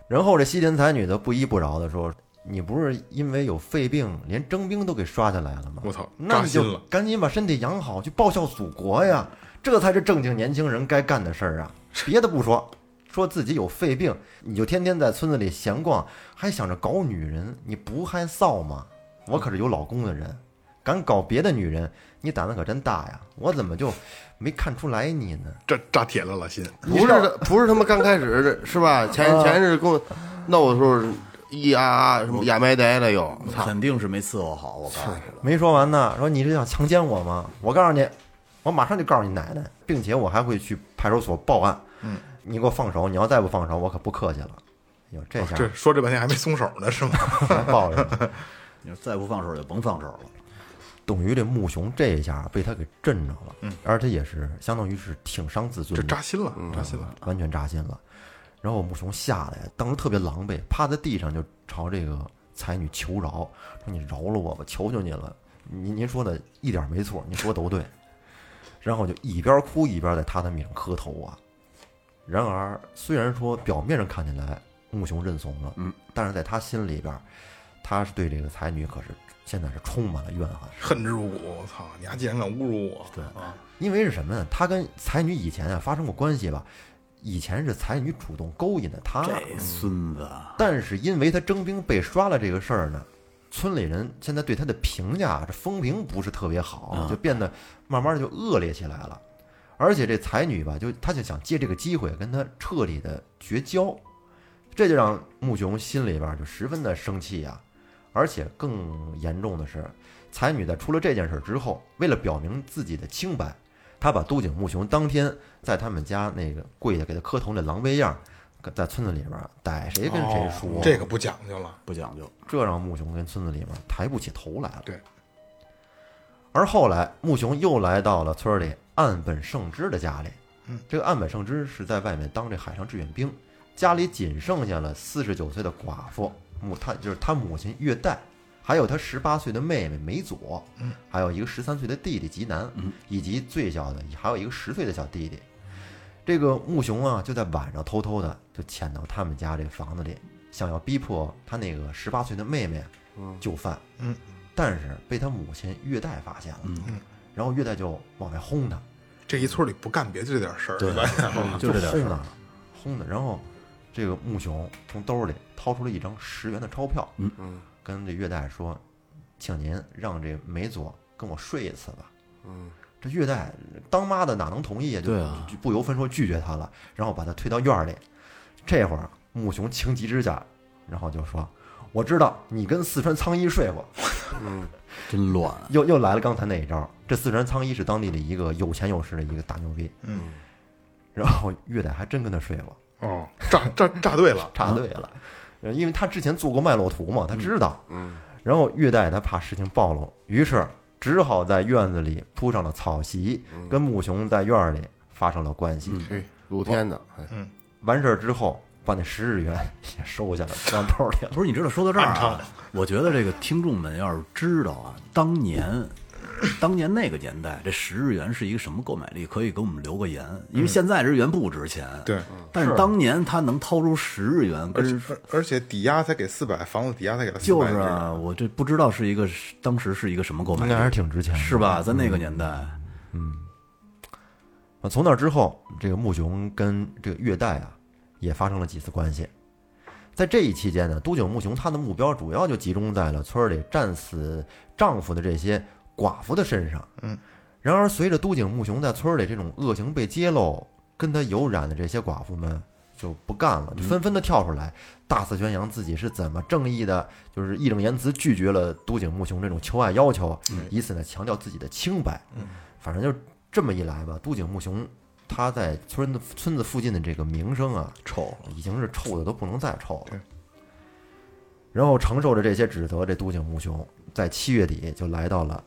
然后这西田才女的不依不饶的说：“你不是因为有肺病，连征兵都给刷下来了吗？
我操
那
扎
你
心
就
了
赶紧把身体养好，去报效祖国呀！这才是正经年轻人该干的事 儿啊！别的不说，说自己有肺病，你就天天在村子里闲逛，还想着搞女人，你不害臊吗？我可是有老公的人，敢搞别的女人，你胆子可真大呀！我怎么就没看出来你呢？
扎扎铁了了心，
不是的，不是他妈刚开始的是吧？前前日跟我闹的时候，咿呀啊什么哑麦呆了又，操！
肯定是没伺候好，我告诉你，
没说完呢，说你是想强奸我吗？我告诉你，我马上就告诉你奶奶，并且我还会去派出所报案。嗯，你给我放手，你要再不放手，我可不客气了。哟，这下
哦这说这半天还没松手呢是吗？
还抱着呢，
你说再不放手就甭放手了。
等于这木熊这一下被他给震着了，嗯，而且也是相当于是挺伤自
这
尊的
扎，心了，扎心了。
完全扎心了。然后木熊下来，当时特别狼狈，趴在地上就朝这个才女求饶，说：“你饶了我吧，求求你了。您您说的一点没错，您说的都对。”然后就一边哭一边在榻榻米上磕头啊。然而，虽然说表面上看起来木熊认怂了，嗯，但是在他心里边，他是对这个才女可是现在是充满了怨恨。
恨之入骨，我操！你丫竟然敢侮辱我！对啊，
因为是什么呢？他跟才女以前啊发生过关系吧，以前是才女主动勾引的他，
这孙子，
但是因为他征兵被刷了这个事儿呢，村里人现在对他的评价啊这风评不是特别
啊
好，就变得慢慢的就恶劣起来了。而且这才女吧，就她就想借这个机会跟他彻底的绝交，这就让穆雄心里边就十分的生气呀、而且更严重的是，才女在出了这件事之后，为了表明自己的清白，她把都井木雄当天在他们家那个跪下给他磕头那狼狈样儿，搁在村子里边儿逮谁跟谁说，
哦这个不讲究了。
不讲究，
这让木雄跟村子里面抬不起头来了。
对。
而后来，木雄又来到了村里岸本胜之的家里。嗯，这个岸本胜之是在外面当这海上志愿兵，家里仅剩下了四十九岁的寡妇母，他就是他母亲月代，还有他十八岁的妹妹美佐，还有一个十三岁的弟弟吉南，以及最小的还有一个十岁的小弟弟。这个木熊啊，就在晚上偷偷的就潜到他们家这个房子里，想要逼迫他那个十八岁的妹妹就范。
嗯，
但是被他母亲月代发现了，然后月代就往外轰他，
这一村里不干别的这点事儿，
对
对吧？
嗯
就这点事
轰
儿。
他，轰他。然后这个木熊从兜里掏出了一张十元的钞票，嗯嗯，跟这月代说，请您让这美佐跟我睡一次吧。这月代当妈的哪能同意啊？就
对啊
就不由分说拒绝他了，然后把他推到院儿里。这会儿木熊情急之下，然后就说：“我知道你跟四川苍一睡过。
真乱，
又”又来了刚才那一招。这四川苍一是当地的一个有钱有势的一个大牛逼。嗯，然后月代还真跟他睡过，
哦，炸炸炸对了，
插队了，呃因为他之前做过卖洛图嘛，他知道。嗯。然后月代他怕事情暴露，于是只好在院子里铺上了草席，跟木熊在院儿里发生了关系。
嘿，露天的，哎
完事儿之后，把那十日元也收下了，装兜里了。
不是，你知道说到这儿、啊，我觉得这个听众们要是知道啊，当年， 当年那个年代，这十日元是一个什么购买力，可以给我们留个言，因为现在日元不值钱。
对，
但是当年他能掏出十日元，
而
跟
且而而且抵押才给四百，房子抵押才给他四
就
百，
是啊，我这不知道是一个当时是一个什么购买
应
力，
该还是挺值钱的，
是吧？在那个年代，
啊，从那之后，这个木熊跟这个月代啊，也发生了几次关系。在这一期间呢，都井木雄他的目标主要就集中在了村里战死丈夫的这些寡妇的身上。嗯，然而随着都井木雄在村里这种恶行被揭露，跟他有染的这些寡妇们就不干了，就纷纷的跳出来，大肆宣扬自己是怎么正义的，就是义正言辞拒绝了都井木雄这种求爱要求，啊以此呢强调自己的清白。反正就这么一来吧，都井木雄他在村子村子附近的这个名声啊，
臭了。
已经是臭的都不能再臭了
对。
然后承受着这些指责，这都井木雄在七月底就来到了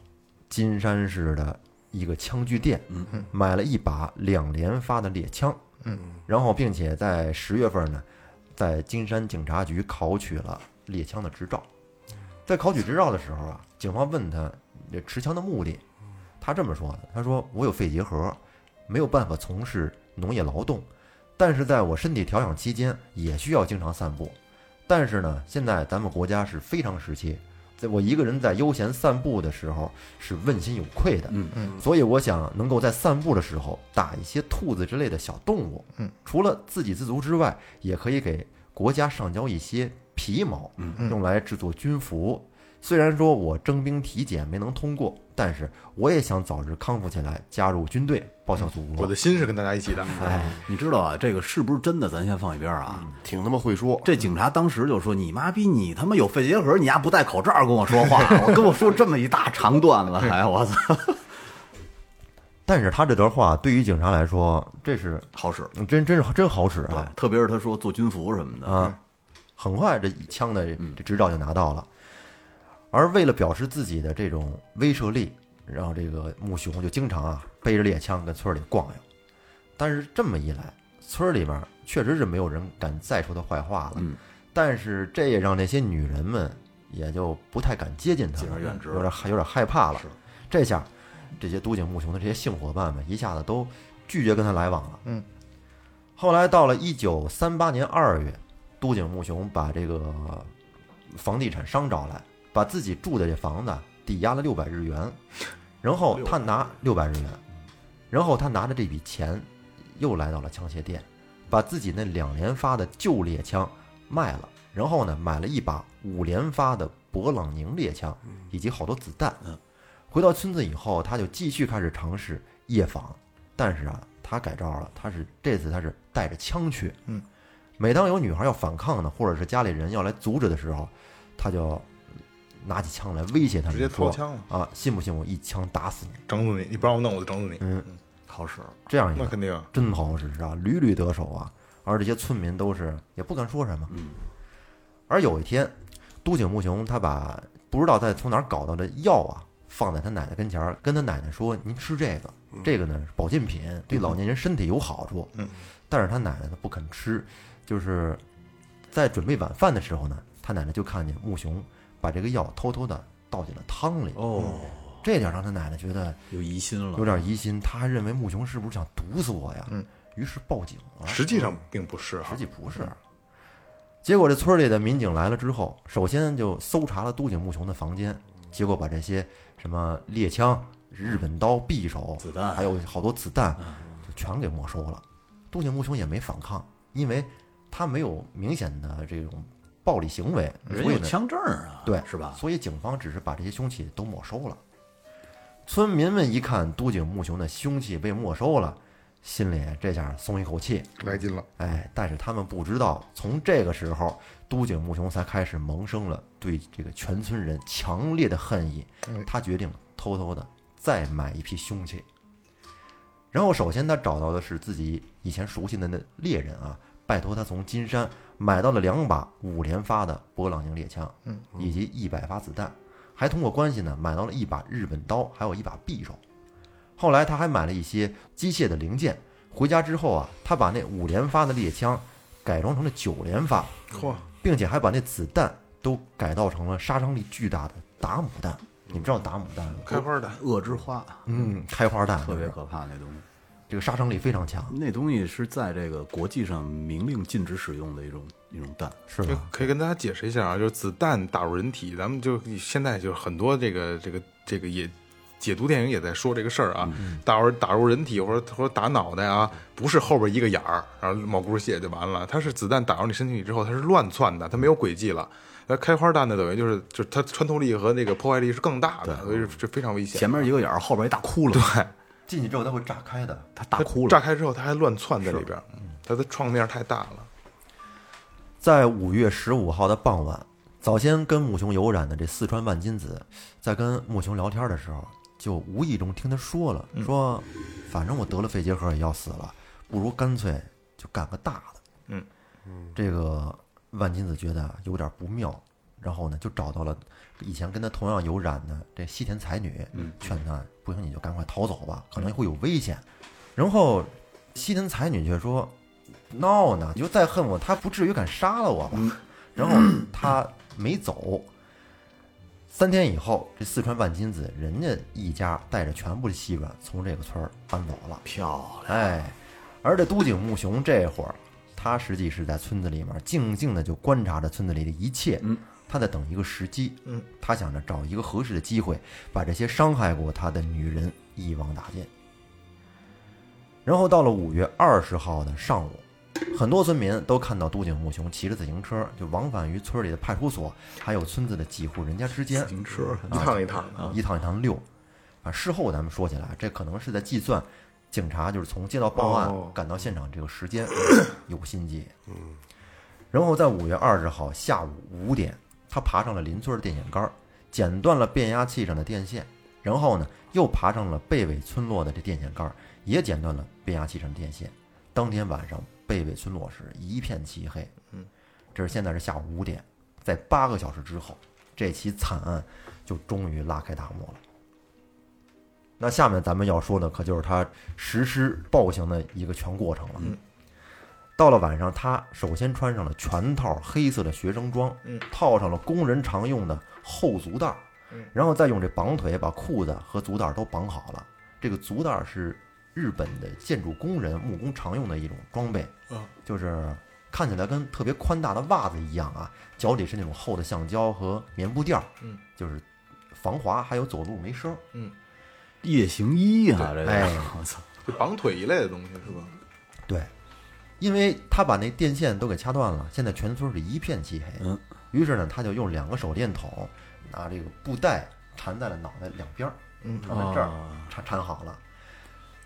金山市的一个枪具店，
嗯
买了一把两连发的猎枪，然后并且在十月份呢，在金山警察局考取了猎枪的执照。在考取执照的时候啊，警方问他这持枪的目的，他这么说的：“他说我有肺结核，没有办法从事农业劳动，但是在我身体调养期间，也需要经常散步。但是呢，现在咱们国家是非常时期，在我一个人在悠闲散步的时候是问心有愧的。
嗯
嗯，所以我想能够在散步的时候打一些兔子之类的小动物。
嗯，
除了自给自足之外，也可以给国家上交一些皮毛，
嗯
用来制作军服。虽然说我征兵体检没能通过，但是我也想早日康复起来，加入军队，报效祖国。
我的心是跟大家一起的，
你知道啊，这个是不是真的，咱先放一边儿啊。
挺他妈会说，
这警察当时就说：“你妈逼，你他妈有肺结核，你丫不戴口罩跟我说话，我跟我说这么一大长段子，还我操，
但是他这段话对于警察来说，这是
好使。”
嗯真真是真好使
对
啊！，
特别是他说做军服什么的，
啊，很快这枪的这执照就拿到了。而为了表示自己的这种威慑力，然后这个木熊就经常啊背着猎枪跟村里逛悠。但是这么一来，村里面确实是没有人敢再说他坏话了。
嗯
但是这也让那些女人们也就不太敢接近他了，
敬而远之
有点有点害怕了。这下，这些都井木雄的这些性伙伴们一下子都拒绝跟他来往了。
嗯。
后来到了一九三八年二月，都井木雄把这个房地产商找来，把自己住的这房子抵押了六百日元，然后他拿六百日元，然后他拿着这笔钱，又来到了枪械店，把自己那两连发的旧猎枪卖了，然后呢买了一把五连发的勃朗宁猎枪，以及好多子弹。嗯回到村子以后，他就继续开始尝试夜访，但是啊，他改招了，他是这次他是带着枪去。
嗯，
每当有女孩要反抗呢，或者是家里人要来阻止的时候，他就拿起枪来威胁他们
直
说，
接掏枪了，
啊，信不信我一枪打死你？
整死你！你不让我弄，我就整死你。
嗯，
好使。
这样一
那
个
肯定啊，
真好使啊，屡屡得手啊。而这些村民都是也不敢说什么。嗯。而有一天，都井木雄他把不知道在从哪儿搞到的药啊，放在他奶奶跟前儿，跟他奶奶说：“您吃这个，这个呢是保健品，对老年人身体有好处。”嗯。但是他奶奶呢不肯吃，就是在准备晚饭的时候呢，他奶奶就看见木雄把这个药偷偷的倒进了汤里。
哦，
这点让他奶奶觉得
有疑心了，
有点疑心，他还认为穆琼是不是想毒死我呀？
嗯，
于是报警了。
实际上并不是哈
啊实，际不是。结果这村里的民警来了之后，首先就搜查了都井木雄的房间，结果把这些什么猎枪、日本刀、匕首、
子弹嗯
还有好多子弹，就全给没收了。都井木雄也没反抗，因为他没有明显的这种暴力行为，
人
所以
有
呢，
枪证啊，
对，
是吧？
所以警方只是把这些凶器都没收了。村民们一看都井木雄的凶器被没收了，心里这下松一口气，
来劲了，
哎，但是他们不知道，从这个时候，都井木雄才开始萌生了对这个全村人强烈的恨意。
嗯
他决定偷偷的再买一批凶器。然后，首先他找到的是自己以前熟悉的那猎人啊，拜托他从金山买到了两把五连发的勃朗宁猎枪，嗯，以及一百发子弹，还通过关系呢买到了一把日本刀，还有一把匕首。后来他还买了一些机械的零件。回家之后啊，他把那五连发的猎枪改装成了九连发，
嚯，
并且还把那子弹都改造成了杀伤力巨大的达姆弹。你们知道达姆弹吗？
开花的，
恶之花
嗯，开花弹
特
就
别
是
可怕，那东西，
这个杀伤力非常强，
那东西是在这个国际上明令禁止使用的一种一种弹，
是
就
吧？
可以跟大家解释一下啊，就是子弹打入人体，咱们就现在就是很多这个这个这个也解读电影也在说这个事儿啊，
嗯
打入打入人体或者或者打脑袋啊，不是后边一个眼儿，然后冒咕血就完了，它是子弹打入你身体里之后，它是乱窜的，它没有轨迹了。那开花弹呢，等于就是就是它穿透力和那个破坏力是更大的，所以是这非常危险。
前面一个眼儿，后边一大窟窿，
对，
进去之后它会炸开的。
它大窟窿，
炸开之后它还乱窜在里边，嗯它的创面太大了。
在五月十五号的傍晚，早先跟木熊有染的这四川万金子，在跟木熊聊天的时候，就无意中听他说了，说反正我得了肺结核也要死了，不如干脆就干个大的。
嗯
这个万金子觉得有点不妙，然后呢就找到了以前跟他同样有染的这西田才女，劝他不行你就赶快逃走吧，可能会有危险。然后西田才女却说闹呢，你就再恨我，他不至于敢杀了我吧？然后他没走。三天以后，这四川万金子人家一家带着全部的戏软从这个村儿搬走了。
漂亮，
哎，而这都井木雄这会儿，他实际是在村子里面静静的就观察着村子里的一切，嗯，他在等一个时机，嗯，他想着找一个合适的机会，把这些伤害过他的女人一网打尽。然后到了五月二十号的上午，很多村民都看到都井木雄骑着自行车就往返于村里的派出所，还有村子的几户人家之间，
停车，
一趟一趟的，
一趟一趟溜。啊，事后咱们说起来，这可能是在计算警察就是从接到报案
哦
赶到现场这个时间，有心计。嗯。然后在五月二十号下午五点，他爬上了邻村的电线杆儿，剪断了变压器上的电线，然后呢又爬上了贝尾村落的这电线杆儿，也剪断了变压器上的电线。当天晚上，贝尾村落是一片漆黑。嗯，这是现在是下午五点，在八个小时之后，这起惨案就终于拉开大幕了。那下面咱们要说的可就是他实施暴行的一个全过程了。到了晚上，他首先穿上了全套黑色的学生装，套上了工人常用的厚足带，然后再用这绑腿把裤子和足带都绑好了。这个足带是日本的建筑工人木工常用的一种装备，就是看起来跟特别宽大的袜子一样啊，脚底是那种厚的橡胶和棉布垫儿，
嗯，
就是防滑，还有走路没声儿。
夜行衣啊，这
哎
个，我操，
就绑腿一类的东西是吧？
对，因为他把那电线都给掐断了，现在全村是一片漆黑。
嗯，
于是呢，他就用两个手电筒，拿这个布带缠在了脑袋两边儿，
嗯
缠在这儿
啊
缠缠好了，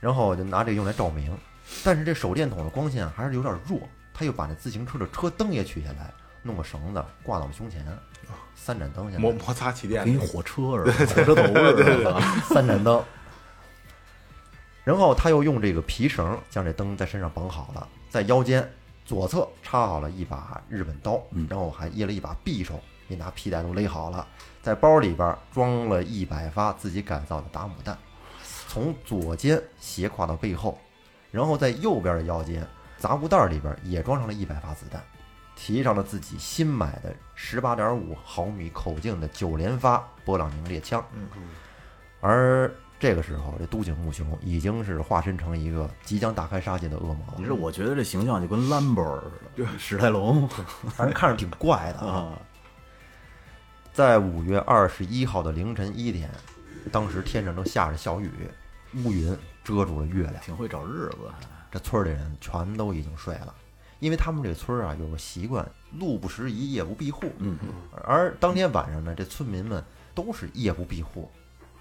然后就拿这个用来照明。但是这手电筒的光线还是有点弱，他又把那自行车的车灯也取下来，弄个绳子挂到了胸前，三盏
嗯
灯下来
摩摩擦气垫
跟一
那个，
火车似的，火车头似的，
三盏灯。 然后他又用这个皮绳将这灯在身上绑好了，在腰间左侧插好了一把日本刀，然后还掖了一把匕首，也拿皮带都勒好了，在包里边装了一百发自己改造的达姆弹，从左肩斜挎到背后，然后在右边的腰间杂物袋里边也装上了一百发子弹。提上了自己新买的十八点五毫米口径的九连发勃朗宁猎枪。而这个时候，这都井木雄已经是化身成一个即将大开杀戒的恶魔
你
了。
说，我觉得这形象就跟兰博似的， 史泰龙
反正看着挺怪的啊。
啊，
在五月二十一号的凌晨一点，当时天上正下着小雨，乌云遮住了月亮。
挺会找日子。
这村儿里人全都已经睡了，因为他们这个村儿啊有个习惯，路不拾遗，夜不闭户。
嗯，
而当天晚上呢，这村民们都是夜不闭户，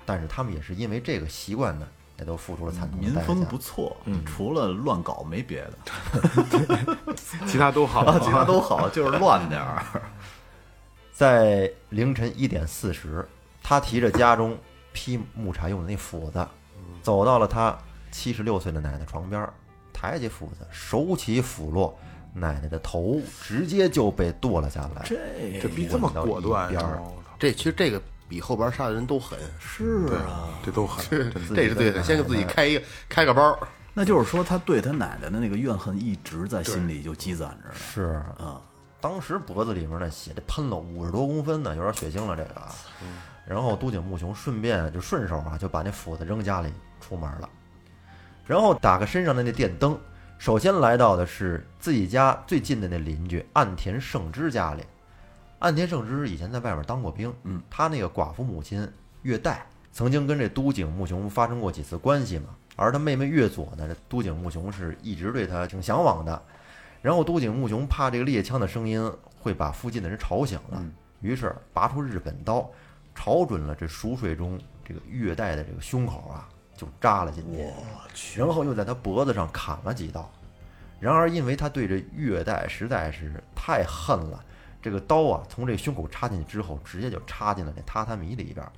但是他们也是因为这个习惯呢，也都付出了惨痛
嗯民
的代
风
价
不。错，除了乱搞没别的，
其他都好
啊， 其他都好，就是乱点 儿。
在凌晨一点四十，他提着家中劈木柴用的那斧子，
嗯
走到了他七十六岁的奶奶床边儿，抬起斧子，手起斧落，奶奶的头直接就被剁了下来。
这逼这么果断
边儿
啊
呀！
这其实这个比后边杀的人都狠，
是啊，
这都狠，
这是对的，先给自己开一个开个包，
那就是说他对他奶奶的那个怨恨一直在心里就积攒着呢。
是啊，当时脖子里面呢血这喷了五十多公分呢，有点血腥了这个啊。然后都井木雄顺便就顺手啊就把那斧子扔家里出门了，然后打开身上的那电灯，首先来到的是自己家最近的那邻居岸田胜之家里。岸田胜之以前在外面当过兵，嗯，他那个寡妇母亲月代曾经跟这都井木雄发生过几次关系嘛，而他妹妹月佐呢，这都井木雄是一直对他挺向往的。然后都井木雄怕这个猎枪的声音会把附近的人吵醒了，于是拔出日本刀，朝准了这熟睡中这个月代的这个胸口啊，就扎了进去，然后又在他脖子上砍了几刀。然而，因为他对这月代实在是太恨了，这个刀啊从这胸口插进去之后，直接就插进了这榻榻米里边儿。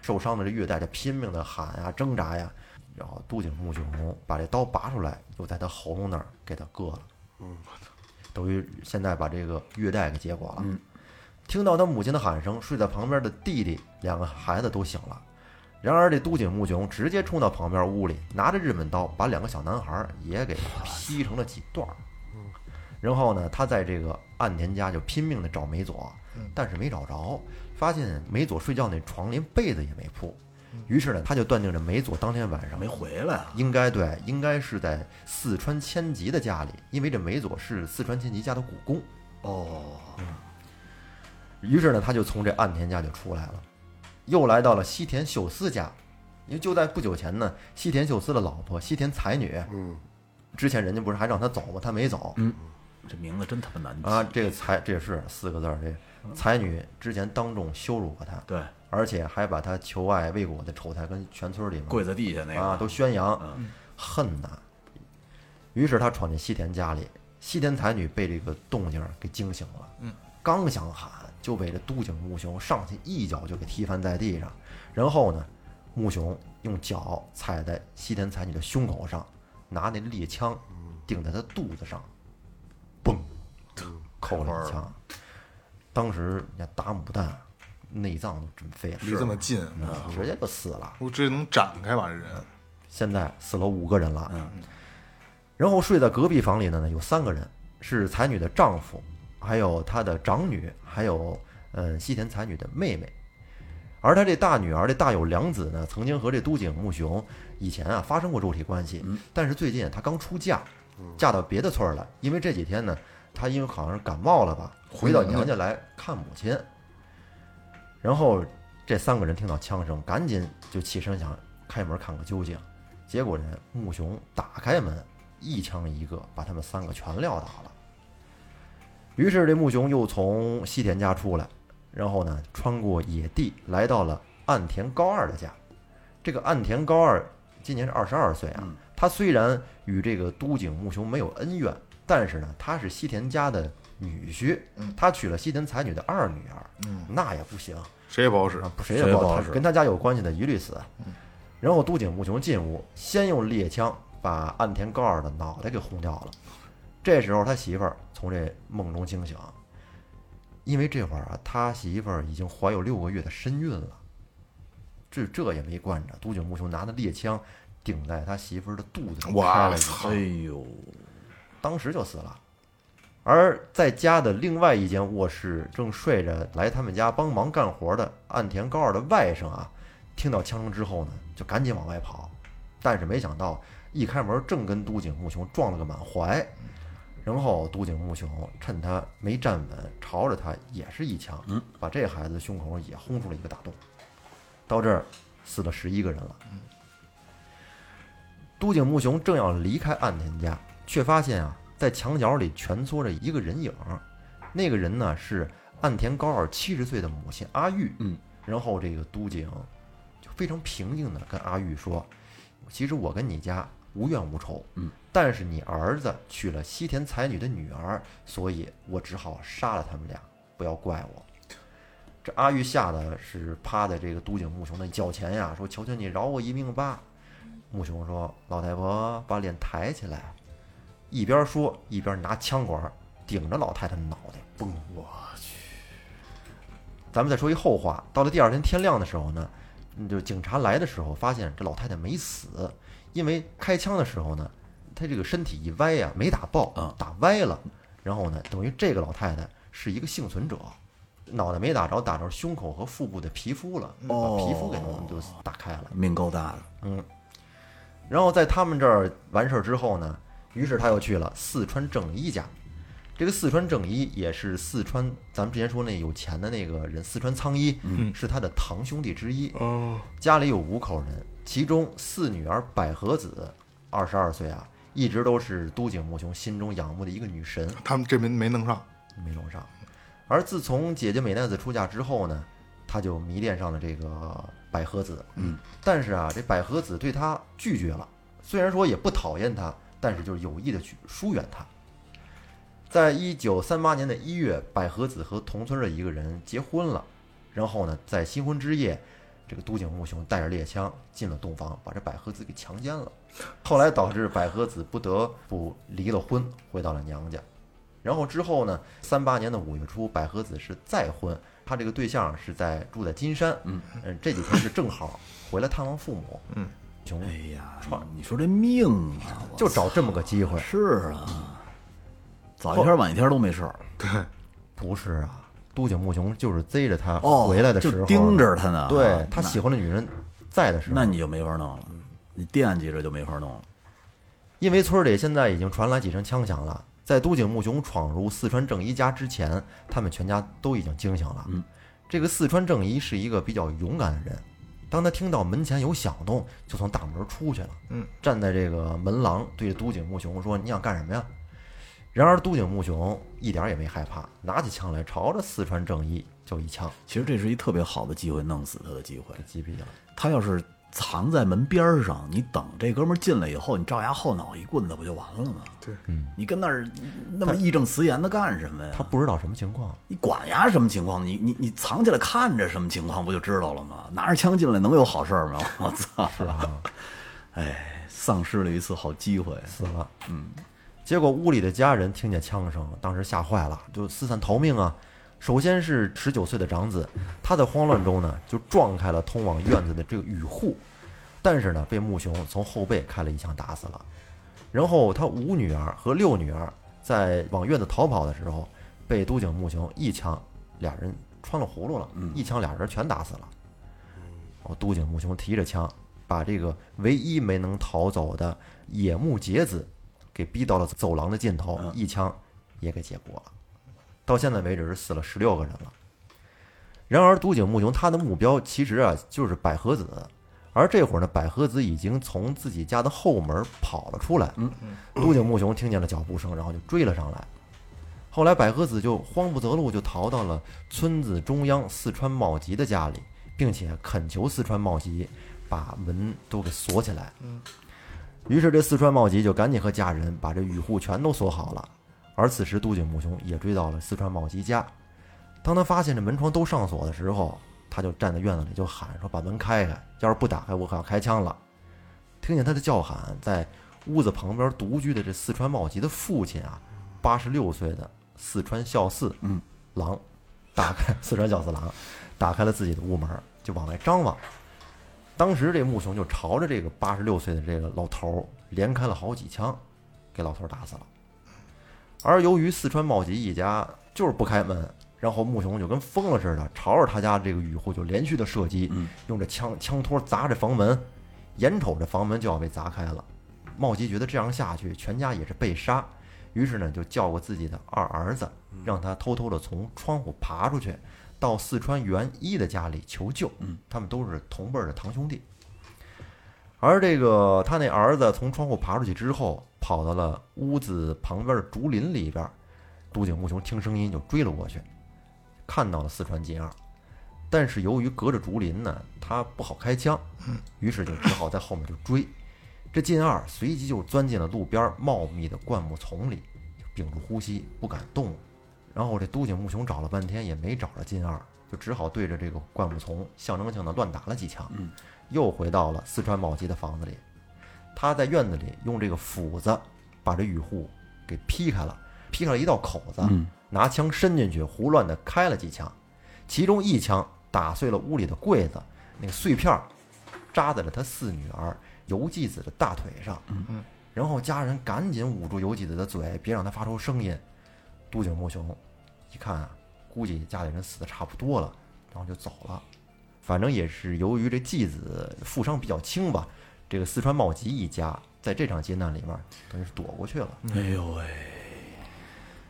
受伤的这月代就拼命的喊呀、挣扎呀，然后都井木雄把这刀拔出来，又在他喉咙那儿给他割了。嗯，等于现在把这个月代给结果了。听到他母亲的喊声，睡在旁边的弟弟两个孩子都醒了。然而，这都井木雄直接冲到旁边屋里，拿着日本刀把两个小男孩也给劈成了几段儿。然后呢，他在这个岸田家就拼命的找美佐，但是没找着，发现美佐睡觉那床连被子也没铺。于是呢，他就断定着美佐当天晚上
没回来啊，
应该对，应该是在四川千吉的家里，因为这美佐是四川千吉家的股肱。
哦，
于是呢，他就从这岸田家就出来了，又来到了西田秀司家，因为就在不久前呢，西田秀司的老婆西田才女，
嗯，
之前人家不是还让他走吗？他没走，
这名字真他妈难记
啊，这个才这也是四个字儿，这才女之前当众羞辱过他，
对，
而且还把他求爱未果的丑态跟全村里面
跪在地下那
啊
个，
都宣扬，恨呐。于是他闯进西田家里，西田才女被这个动静儿给惊醒了，刚想喊就被这都井木雄上去一脚就给踢翻在地上，然后呢，木雄用脚踩在西田才女的胸口上，拿那猎枪顶在她肚子上，嘣，扣了一枪。当时人家打牡丹，内脏都震飞了，
离这么近，
啊直接就死了。
我直接能展开吧？这
嗯
人
现在死了五个人了。嗯，然后睡在隔壁房里的呢有三个人，是才女的丈夫，还有她的长女，还有嗯西田才女的妹妹。而她这大女儿这大友良子呢，曾经和这都井木雄以前啊发生过肉体关系，但是最近她刚出嫁，嫁到别的村儿了。因为这几天呢，她因为好像是感冒了吧，回到娘家来看母亲。然后这三个人听到枪声，赶紧就起身想开门看个究竟。结果呢，木雄打开门，一枪一个把他们三个全撂倒了。于是这木雄又从西田家出来，然后呢，穿过野地来到了岸田高二的家。这个岸田高二今年是二十二岁啊，他虽然与这个都井木雄没有恩怨，但是呢，他是西田家的女婿，他娶了西田才女的二女儿，那也不行，
谁也不好使，
嗯
啊，不谁也
谁也
不
不
好
好
使，
使
跟他家有关系的一律死。然后都井木雄进屋，先用猎枪把岸田高二的脑袋给轰掉了。这时候他媳妇儿从这梦中惊醒，因为这会儿啊，他媳妇儿已经怀有六个月的身孕了。这这也没惯着，都井木雄拿着猎枪顶
哎
在他媳妇儿的肚子上，开
哇
了一
操
哎呦，
当时就死了。而在家的另外一间卧室，正睡着来他们家帮忙干活的岸田高二的外甥啊，听到枪声之后呢，就赶紧往外跑，但是没想到一开门正跟都井木雄撞了个满怀，然后都井木雄趁他没站稳，朝着他也是一枪，把这孩子胸口也轰出了一个大洞，到这儿死了十一个人了。都井木雄正要离开岸田家，却发现啊，在墙角里蜷缩着一个人影儿。那个人呢是岸田高二七十岁的母亲阿玉。
嗯，
然后这个都井就非常平静的跟阿玉说：“其实我跟你家无冤无仇，嗯，但是你儿子娶了西田才女的女儿，所以我只好杀了他们俩，不要怪我。”这阿玉吓得是趴在这个都井木雄的脚前呀，说：“求求你饶我一命吧！”木雄说：“老太婆，把脸抬起来。”一边说一边拿枪管顶着老太太的脑袋，嘣！我去！咱们再说一后话。到了第二天天亮的时候呢，嗯就警察来的时候，发现这老太太没死，因为开枪的时候呢，她这个身体一歪呀、没打爆
啊，
打歪了。然后呢，等于这个老太太是一个幸存者，脑袋没打着，打着胸口和腹部的皮肤了，把
哦
皮肤给弄就打开了。
命够大的，
然后在他们这儿完事儿之后呢，于是他又去了四川正一家。这个四川正一也是四川，咱们之前说那有钱的那个人，四川苍一，是他的堂兄弟之一。
哦，
家里有五口人，其中四女儿百合子，二十二岁啊，一直都是都井木雄心中仰慕的一个女神。
他们这没没弄上，
没用上。而自从姐姐美奈子出嫁之后呢，他就迷恋上了这个百合子。嗯，但是啊，这百合子对他拒绝了，虽然说也不讨厌他，但是就是有意的去疏远他。在一九三八年的一月，百合子和同村的一个人结婚了，然后呢，在新婚之夜，这个都井木雄带着猎枪进了洞房，把这百合子给强奸了。后来导致百合子不得不离了婚，回到了娘家。然后之后呢，三八年的五月初，百合子是再婚，她这个对象是在住在金山，嗯这几天是正好回来探望父母，嗯，熊
哎呀，你说这命啊，我
就找这么个机会，
是啊，早一天晚一天都没事儿。
不是啊，都井木雄就是贼着他
哦，
回来的时候
就盯着他呢。
对
啊
他
那
喜欢的女人在的时候，
那你就没法弄了，你惦记着就没法弄了。
因为村里现在已经传来几声枪响了，在都井木雄闯入四川正一家之前，他们全家都已经惊醒
嗯
了。这个四川正一是一个比较勇敢的人，当他听到门前有响动，就从大门出去了。
嗯，
站在这个门廊，对着都井木雄说：“你想干什么呀？”然而都井木雄一点也没害怕，拿起枪来，朝着四川正一就一枪
其实这是一特别好的机会，弄死他的机会
给。击毙了。
他要是藏在门边儿上，你等这哥们儿进来以后，你照牙后脑一棍子不就完了吗？
对，
你跟那儿那么义正辞严的干什么呀？
嗯他不知道什么情况，
你管牙什么情况？你你你藏起来看着什么情况不就知道了吗？拿着枪进来能有好事儿吗？ 我操！是啊，哎，丧失了一次好机会。
死了。嗯，结果屋里的家人听见枪声，当时吓坏了，就四散逃命啊。首先是十九岁的长子，他在慌乱中呢，就撞开了通往院子的这个雨户，但是呢，被木雄从后背开了一枪打死了。然后他五女儿和六女儿在往院子逃跑的时候，被都井木雄一枪，俩人穿了葫芦了，一枪俩人全打死了。哦，都井木雄提着枪，把这个唯一没能逃走的野木节子给逼到了走廊的尽头，一枪也给结果了。到现在为止是死了十六个人了。然而，都井木雄他的目标其实啊就是百合子，而这会儿呢，百合子已经从自己家的后门跑了出来。嗯，都井木雄听见了脚步声，然后就追了上来。后来，百合子就慌不择路，就逃到了村子中央四川茂吉的家里，并且恳求四川茂吉把门都给锁起来。于是，这四川茂吉就赶紧和家人把这雨户全都锁好了。而此时，都井木雄也追到了四川茂吉家。当他发现这门窗都上锁的时候，他就站在院子里就喊说：“把门开开！要是不打开，我可要开枪了！”听见他的叫喊，在屋子旁边独居的这四川茂吉的父亲啊，八十六岁的四川孝四，嗯，郎，打开四川孝四郎，打开了自己的屋门，就往外张望。当时这木雄就朝着这个八十六岁的这个老头儿连开了好几枪，给老头儿打死了。而由于四川茂吉一家就是不开门，然后穆雄就跟疯了似的，朝着他家这个雨户就连续的射击，用这枪枪托砸这房门，眼瞅着房门就要被砸开了。茂吉觉得这样下去，全家也是被杀，于是呢就叫过自己的二儿子，让他偷偷的从窗户爬出去，到四川元一的家里求救。他们都是同辈儿的堂兄弟。而这个他那儿子从窗户爬出去之后，跑到了屋子旁边的竹林里边儿，都井木雄听声音就追了过去，看到了四川进二，但是由于隔着竹林呢，他不好开枪，于是就只好在后面就追。这进二随即就钻进了路边茂密的灌木丛里，就屏住呼吸不敢动了。然后这都井木雄找了半天也没找着进二，就只好对着这个灌木丛象征性的乱打了几枪。又回到了四川宝鸡的房子里。他在院子里用这个斧子把这雨户给劈开了，劈开了一道口子，拿枪伸进去，胡乱的开了几枪，其中一枪打碎了屋里的柜子，那个碎片儿扎在了他四女儿游纪子的大腿上。然后家人赶紧捂住游纪子的嘴，别让她发出声音。都井木雄一看啊，估计家里人死的差不多了，然后就走了。反正也是由于这继子负伤比较轻吧，这个四川茂吉一家在这场劫难里面等于是躲过去了。
哎呦喂，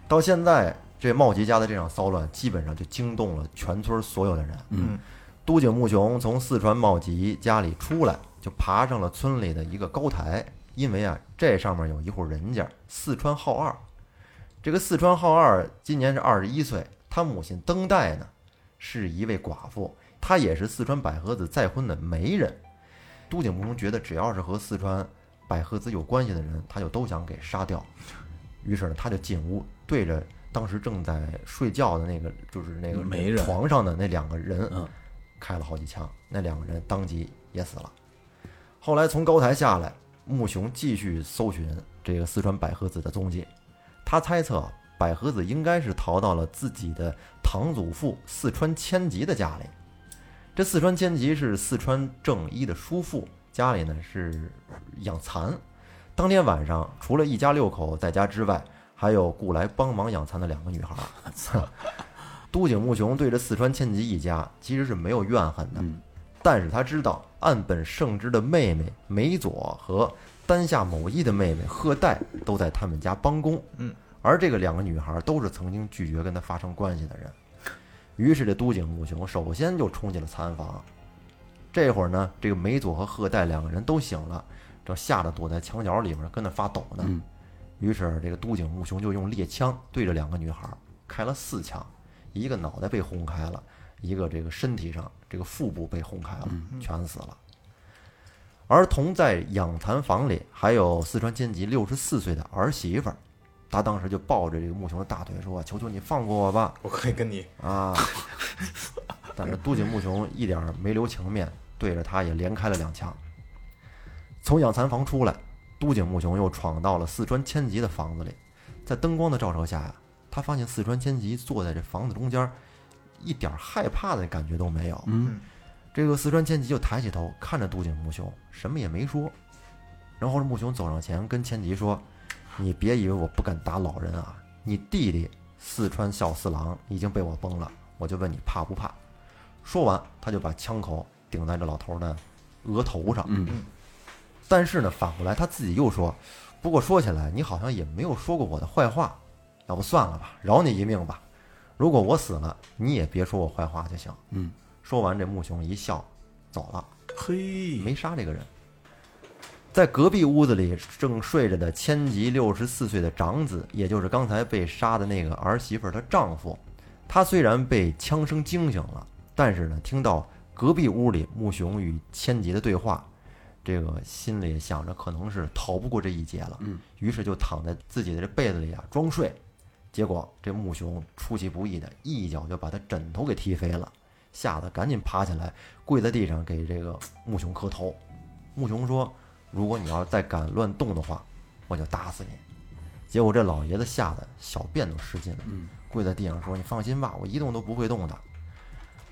到现在，这茂吉家的这场骚乱基本上就惊动了全村所有的人。嗯，都井木雄从四川茂吉家里出来，就爬上了村里的一个高台，因为啊，这上面有一户人家四川浩二。这个四川浩二今年是二十一岁，他母亲登代呢是一位寡妇，她也是四川百合子再婚的媒人。都井木雄觉得只要是和四川百合子有关系的人，他就都想给杀掉。于是呢，他就进屋，对着当时正在睡觉的那个，就是那个
媒人
床上的那两个人，
嗯
开了好几枪，那两个人当即也死了。后来从高台下来，穆雄继续搜寻这个四川百合子的踪迹，他猜测百合子应该是逃到了自己的堂祖父四川千吉的家里。这四川千吉是四川正一的叔父，家里呢是养蚕。当天晚上，除了一家六口在家之外，还有雇来帮忙养蚕的两个女孩。都井木雄对这四川千吉一家其实是没有怨恨的，但是他知道岸本胜之的妹妹美佐和丹下某一的妹妹贺代都在他们家帮工，嗯，而这个两个女孩都是曾经拒绝跟他发生关系的人。于是这都井木雄首先就冲进了蚕房，这会儿呢，这个美佐和贺代两个人都醒了，正吓得躲在墙角里面跟那发抖呢。于是这个都井木雄就用猎枪对着两个女孩开了四枪，一个脑袋被轰开了，一个这个身体上这个腹部被轰开了，全死了。而同在养蚕房里还有四川千吉六十四岁的儿媳妇儿，她当时就抱着这个木雄的大腿说：“求求你放过我吧！”
我可以跟你
啊！但是都井木雄一点儿没留情面，对着他也连开了两枪。从养蚕房出来，都井木雄又闯到了四川千吉的房子里，在灯光的照射下呀，他发现四川千吉坐在这房子中间，一点儿害怕的感觉都没有。嗯，这个四川千吉就抬起头看着都井木雄，什么也没说。然后这木雄走上前跟千吉说：“你别以为我不敢打老人啊！你弟弟四川孝四郎已经被我崩了，我就问你怕不怕？”说完，他就把枪口顶在这老头儿的额头上。嗯。但是呢，反过来他自己又说：“不过说起来，你好像也没有说过我的坏话，要不算了吧，饶你一命吧。如果我死了，你也别说我坏话就行。”嗯。说完，这木雄一笑，走了。
嘿，
没杀这个人。在隔壁屋子里正睡着的千吉六十四岁的长子，也就是刚才被杀的那个儿媳妇儿她丈夫，他虽然被枪声惊醒了，但是呢，听到隔壁屋里木雄与千吉的对话，这个心里想着可能是逃不过这一劫了，于是就躺在自己的这被子里啊装睡，结果这木雄出其不意的一脚就把他枕头给踢飞了，吓得赶紧爬起来跪在地上给这个木雄磕头。木雄说：“如果你要再敢乱动的话，我就打死你。”结果这老爷子吓得小便都失禁了，跪在地上说：“你放心吧，我一动都不会动的。”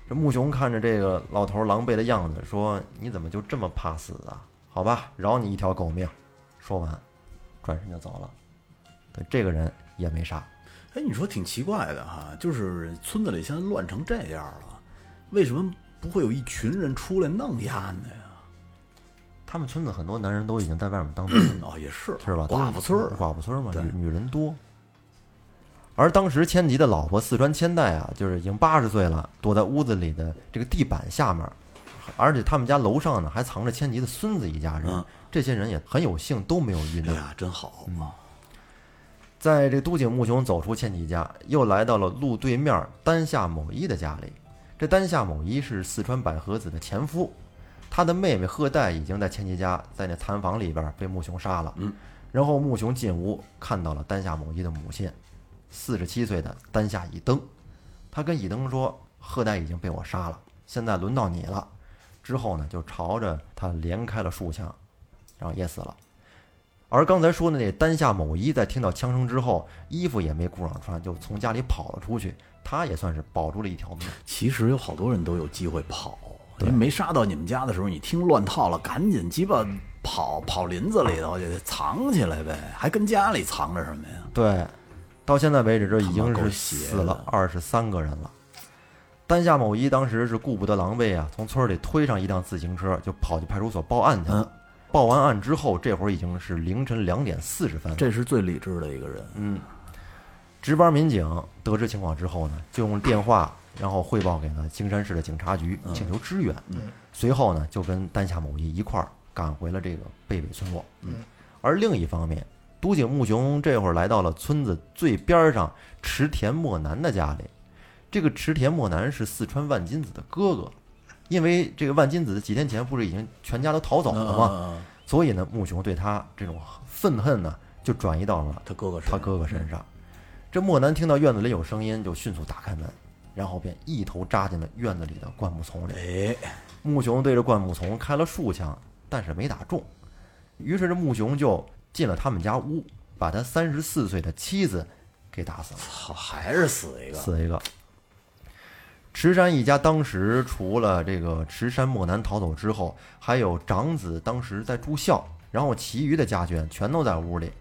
这木雄看着这个老头狼狈的样子，说：“你怎么就这么怕死啊？好吧，饶你一条狗命。”说完，转身就走了。对，这个人也没杀。
哎，你说挺奇怪的哈，就是村子里现在乱成这样了，为什么不会有一群人出来弄丫的呀？
他们村子很多男人都已经在外面当兵了，
哦，也是，
是吧？
寡妇村儿，
寡妇村儿嘛，女女人多。而当时千吉的老婆四川千代啊，就是已经八十岁了，躲在屋子里的这个地板下面，而且他们家楼上呢还藏着千吉的孙子一家人，
嗯
这些人也很有幸都没有遇
哎
难。
呀，真好
嗯
啊！
在这都井木雄走出千吉家，又来到了路对面丹下某一的家里。这丹下某一是四川百合子的前夫，他的妹妹贺代已经在千吉家在那残房里边被木雄杀了。嗯，然后木雄进屋看到了丹下某一的母亲，四十七岁的丹下乙登，他跟乙登说：“贺代已经被我杀了，现在轮到你了。”之后呢，就朝着他连开了数枪，然后也死了。而刚才说的那丹下某一，在听到枪声之后，衣服也没顾上穿，就从家里跑了出去。他也算是保住了一条命。
其实有好多人都有机会跑，因为没杀到你们家的时候，你听乱套了，赶紧鸡巴跑跑林子里头去藏起来呗，还跟家里藏着什么呀？
对，到现在为止，这已经
他妈够
是
邪
死
的
了二十三个人了。丹下某一当时是顾不得狼狈啊，从村里推上一辆自行车就跑去派出所报案去了。
嗯
报完案之后，这会儿已经是凌晨两点四十分了。
这是最理智的一个人，
值班民警得知情况之后呢，就用电话，然后汇报给了京山市的警察局，请求支援。随后呢，就跟丹下某一一块儿赶回了这个贝北村落。嗯，而另一方面，都井木雄这会儿来到了村子最边儿上池田莫南的家里。这个池田莫南是四川万金子的哥哥，因为这个万金子几天前不是已经全家都逃走了吗？
嗯
所以呢，木雄对他这种愤恨呢，就转移到了
他哥哥是
他哥哥身上。这莫南听到院子里有声音，就迅速打开门，然后便一头扎进了院子里的灌木丛里。
哎，
木雄对着灌木丛开了数枪，但是没打中。于是这木雄就进了他们家屋，把他三十四岁的妻子给打死了。
好，还是死一个，
死一个。池山一家当时除了这个池山莫南逃走之后，还有长子当时在住校，然后其余的家眷全都在屋里。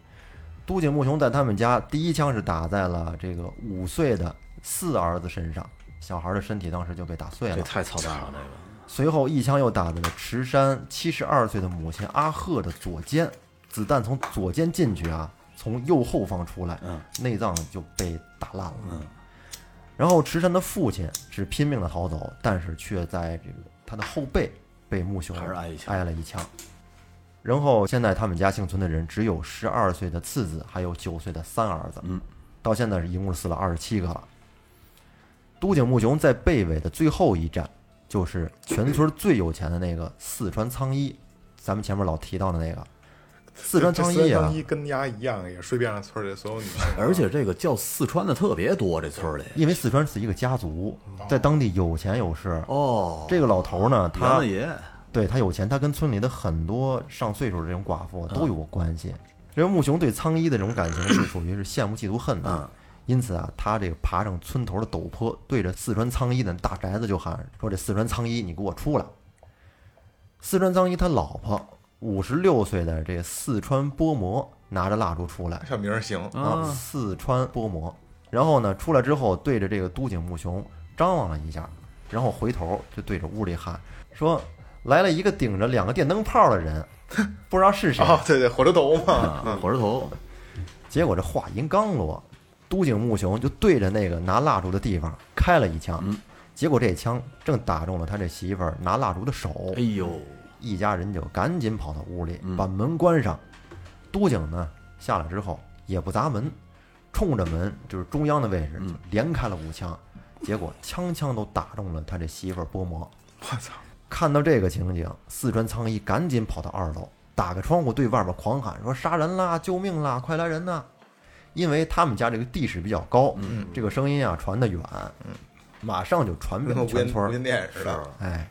都井木雄在他们家第一枪是打在了这个五岁的四儿子身上，小孩的身体当时就被打碎
这
了。
太操蛋了，这个
随后一枪又打在了池山七十二岁的母亲阿贺的左肩，子弹从左肩进去啊，从右后方出来，内脏就被打烂了。
嗯
然后池山的父亲是拼命的逃走，但是却在这个他的后背被木熊
还是挨一枪
挨了一枪。然后现在他们家幸存的人只有十二岁的次子，还有九岁的三儿子。嗯，到现在是一共死了二十七个了。都井木雄在贝尾的最后一站，就是全村最有钱的那个四川苍一，咱们前面老提到的那个四川
这
苍
四
一
川
啊
苍，一跟丫一样，也睡遍了村里所有女性。
而且这个叫四川的特别多，这村里
因为四川是一个家族，在当地有钱有势。
哦，
这个老头呢，
杨
他
大爷，
对他有钱，他跟村里的很多上岁数的这种寡妇都有过关系。因为木雄对苍一的这种感情是属于是羡慕嫉妒恨的，因此啊，他这个爬上村头的陡坡，对着四川苍一的大宅子就喊说：“这四川苍一，你给我出来！”四川苍一他老婆五十六岁的这四川波摩拿着蜡烛出来，
小名儿行，
嗯
啊，四川波摩。然后呢，出来之后对着这个都井木雄张望了一下，然后回头就对着屋里喊说：“来了一个顶着两个电灯泡的 人，不知道是谁。
哦
啊，对对，火车头
嗯
嘛，
啊火车头，
结果这话音刚落，都井木雄就对着那个拿蜡烛的地方开了一枪，
嗯
结果这枪正打中了他这媳妇儿拿蜡烛的手。
哎呦，
一家人就赶紧跑到屋里，把门关上。都警呢下来之后也不砸门，冲着门就是中央的位置就连开了五枪，结果枪枪都打中了他这媳妇儿波摩。
我操！
看到这个情景，四川苍一赶紧跑到二楼，打开窗户对外边狂喊说：“杀人啦！救命啦！快来人呐！”因为他们家这个地势比较高，这个声音啊传得远，马上就传遍
跟无
全
烟
村儿
无。烟电似的。
啊
哎，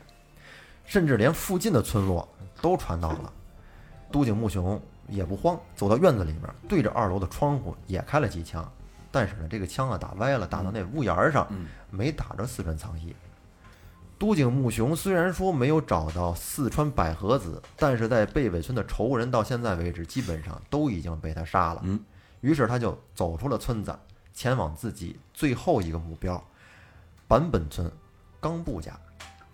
甚至连附近的村落都传到了。都井木雄也不慌，走到院子里面，对着二楼的窗户也开了几枪，但是呢，这个枪啊打歪了，打到那屋檐儿上，没打着四川苍一。都井木雄虽然说没有找到四川百合子，但是在贝尾村的仇人到现在为止，基本上都已经被他杀了。于是他就走出了村子，前往自己最后一个目标——坂本村冈部家。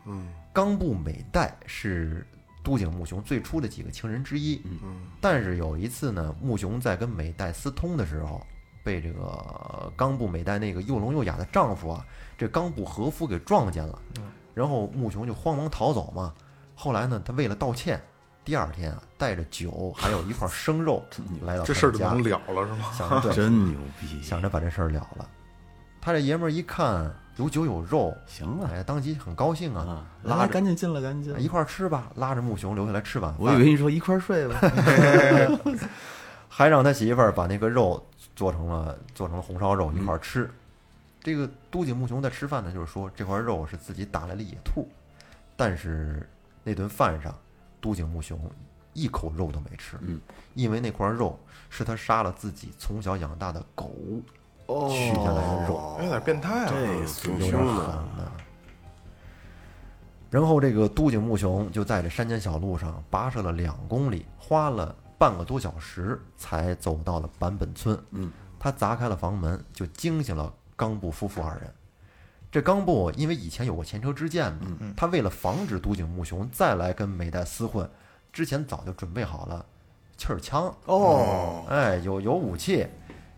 嗯，冈部美代是都井木雄最初的几个情人之一。嗯，但是有一次呢，木雄在跟美代私通的时候，被这个冈部美代那个又聋又哑的丈夫啊，这冈部和夫给撞见了。
嗯
然后木雄就慌忙逃走嘛。后来呢，他为了道歉，第二天啊，带着酒还有一块生 肉来到
这事儿就
他们
能
家，
了了是吗？
想对，
真牛逼！
想着把这事儿了了。他这爷们儿一看有酒有肉，
行了
哎，当即很高兴啊，
啊，
拉
来，
着
赶紧进来，赶紧进来
一块儿吃吧，拉着木熊留下来吃晚饭。
我以为你说一块儿睡吧，
还让他媳妇儿把那个肉做成了做成了红烧肉一块
嗯
儿吃。这个都井木雄在吃饭呢，就是说这块肉是自己打来的野兔，但是那顿饭上，都井木雄一口肉都没吃，
嗯，
因为那块肉是他杀了自己从小养大的狗
哦
取下来的肉，
有点变态啊，
有点狠的。然后这个都井木雄就在这山间小路上跋涉了两公里，花了半个多小时才走到了坂本村。
嗯，
他砸开了房门，就惊醒了冈部夫妇二人。这冈部因为以前有过前车之鉴嘛，他为了防止都井木雄再来跟美代厮混，之前早就准备好了气儿枪哦，哎，有有武器。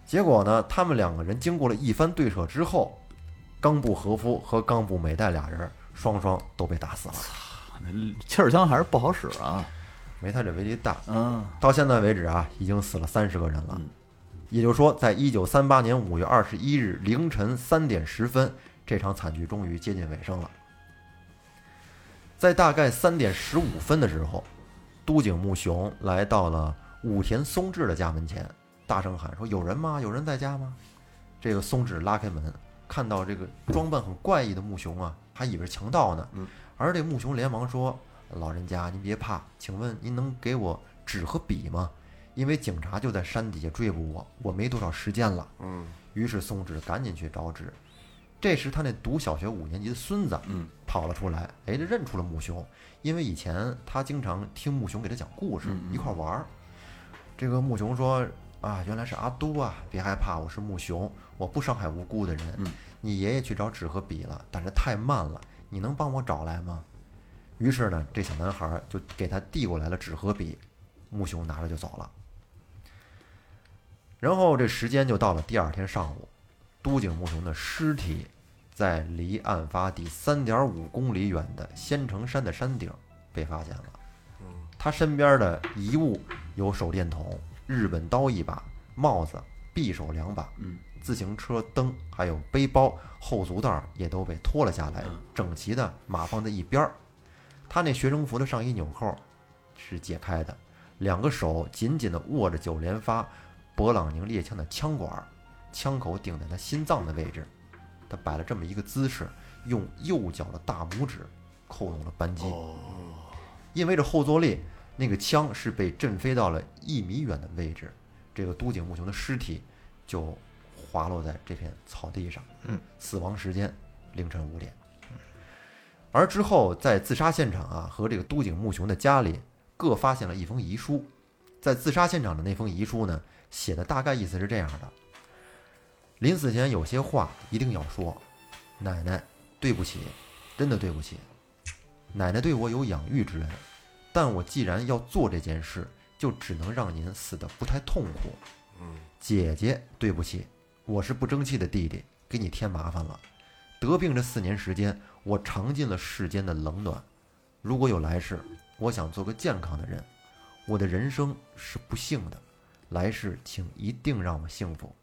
结果呢，他们两个人经过了一番对射之后，冈部和夫和冈部美代俩人双双都被打死了。
嗯气儿枪还是不好使啊。
没他这威力大。
嗯，
到现在为止啊，已经死了三十个人了。也就是说，在一九三八年五月二十一日凌晨三点十分，这场惨剧终于接近尾声了。在大概三点十五分的时候，都井木雄来到了武田松治的家门前，大声喊说：“有人吗？有人在家吗？”这个松治拉开门，看到这个装扮很怪异的木雄啊，还以为是强盗呢。而这木熊连忙说：“老人家，您别怕，请问您能给我纸和笔吗？因为警察就在山底下追捕我，我没多少时间了。”嗯，于是松纸赶紧去找纸。这时他那读小学五年级的孙子，嗯，跑了出来，哎，这认出了木熊，因为以前他经常听木熊给他讲故事，一块儿玩儿。这个木熊说：“啊，原来是阿都啊！别害怕，我是木熊，我不伤害无辜的人。你爷爷去找纸和笔了，但是太慢了，你能帮我找来吗？”于是呢，这小男孩就给他递过来了纸和笔，木熊拿着就走了。然后这时间就到了第二天上午，都井木雄的尸体在离案发地三点五公里远的仙城山的山顶被发现了。他身边的遗物有手电筒、日本刀一把、帽子、匕首两把，自行车灯，还有背包、后足袋儿也都被脱了下来，整齐的码放在一边儿。他那学生服的上衣纽扣是解开的，两个手紧紧地握着九连发勃朗宁猎枪的枪管儿，枪口顶在他心脏的位置。他摆了这么一个姿势，用右脚的大拇指扣动了扳机。因为这后坐力，那个枪是被震飞到了一米远的位置，这个都井木雄的尸体就滑落在这片草地上。嗯，死亡时间凌晨五点。而之后在自杀现场啊和这个都井木雄的家里各发现了一封遗书，在自杀现场的那封遗书呢，写的大概意思是这样的：临死前有些话一定要说，奶奶，对不起，真的对不起。奶奶对我有养育之恩，但我既然要做这件事，就只能让您死得不太痛苦。姐姐，对不起，我是不争气的弟弟，给你添麻烦了。得病这四年时间，我尝尽了世间的冷暖。如果有来世，我想做个健康的人。我的人生是不幸的，来世请一定让我幸福。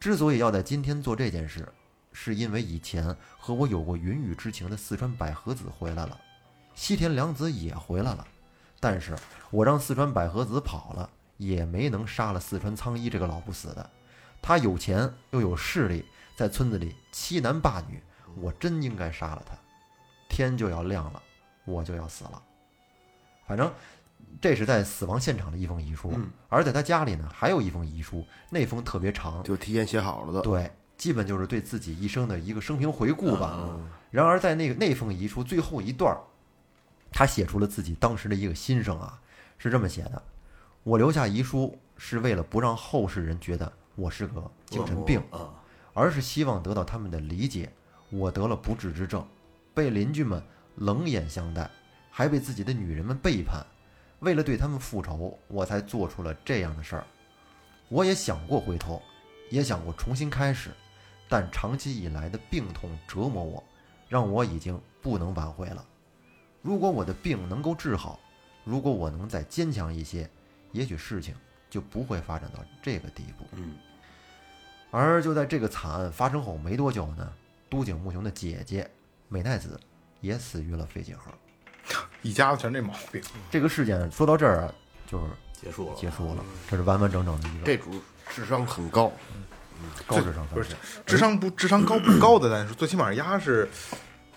之所以要在今天做这件事，是因为以前和我有过云雨之情的四川百合子回来了，西田凉子也回来了，但是我让四川百合子跑了，也没能杀了四川苍一这个老不死的。他有钱又有势力，在村子里欺男霸女，我真应该杀了他。天就要亮了，我就要死了。反正这是在死亡现场的一封遗书，而在他家里呢，还有一封遗书，那封特别长，
就提前写好了的。
对，基本就是对自己一生的一个生平回顾吧。然而，在那个那封遗书最后一段儿，他写出了自己当时的一个心声啊，是这么写的：我留下遗书是为了不让后世人觉得我是个精神病，
啊，
而是希望得到他们的理解。我得了不治之症，被邻居们冷眼相待，还被自己的女人们背叛。为了对他们复仇，我才做出了这样的事儿。我也想过回头，也想过重新开始，但长期以来的病痛折磨我，让我已经不能挽回了。如果我的病能够治好，如果我能再坚强一些，也许事情就不会发展到这个地步。
嗯。
而就在这个惨案发生后没多久呢，都井木雄的姐姐美奈子也死于了肺结核。
一家子全这毛病，
这个事件说到这儿啊，就是
结束了，
结束了，这是完完整整的一个
这主智商很高，
高智商
不
犯
是
罪。
智商不智商高不高的，咱说最起码丫是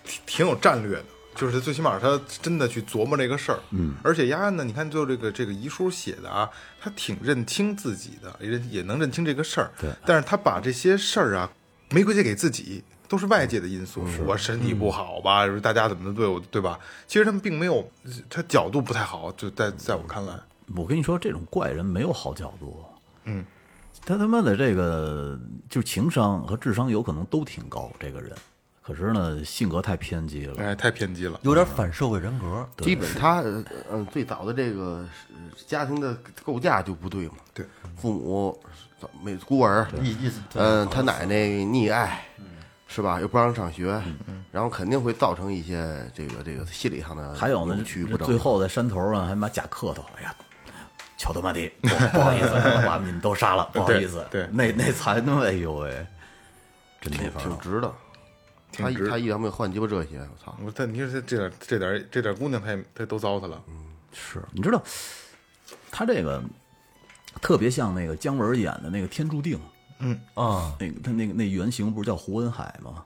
挺挺有战略的，就是最起码他真的去琢磨这个事儿，嗯，而且丫呢，你看最后这个这个遗书写的啊，他挺认清自己的，也认也能认清这个事儿，对，但是他把这些事儿啊没归结给自己。都是外界的因素，
嗯
我身体不好吧，大家怎么对我，对吧？其实他们并没有，他角度不太好，就在在我看来，
我跟你说，这种怪人没有好角度。嗯，他他妈的这个就情商和智商有可能都挺高，这个人，可是呢性格太偏激了。
哎，太偏激了。
有点反社会人格，
基本他呃嗯最早的这个呃家庭的构架就不对嘛，
对，
父母没孤儿，
意意思
嗯，他奶奶溺爱，是吧？又不让上学，然后肯定会造成一些这个这个心理上的
还有呢
扭曲不，正
最后在山头上还妈假客套，哎呀，乔德马迪，不不好意思，把你们都杀了，不好意思。
对对
那那才那哎呦喂，真没法
挺
弄。
直的。他
挺直
他一两没换鸡巴这些，我操！
我但你说这这点这点这点姑娘，她也她都糟蹋了，
嗯是，你知道，他这个特别像那个姜文演的那个《天注定》，
啊，
那个他那个那原型不是叫胡文海吗？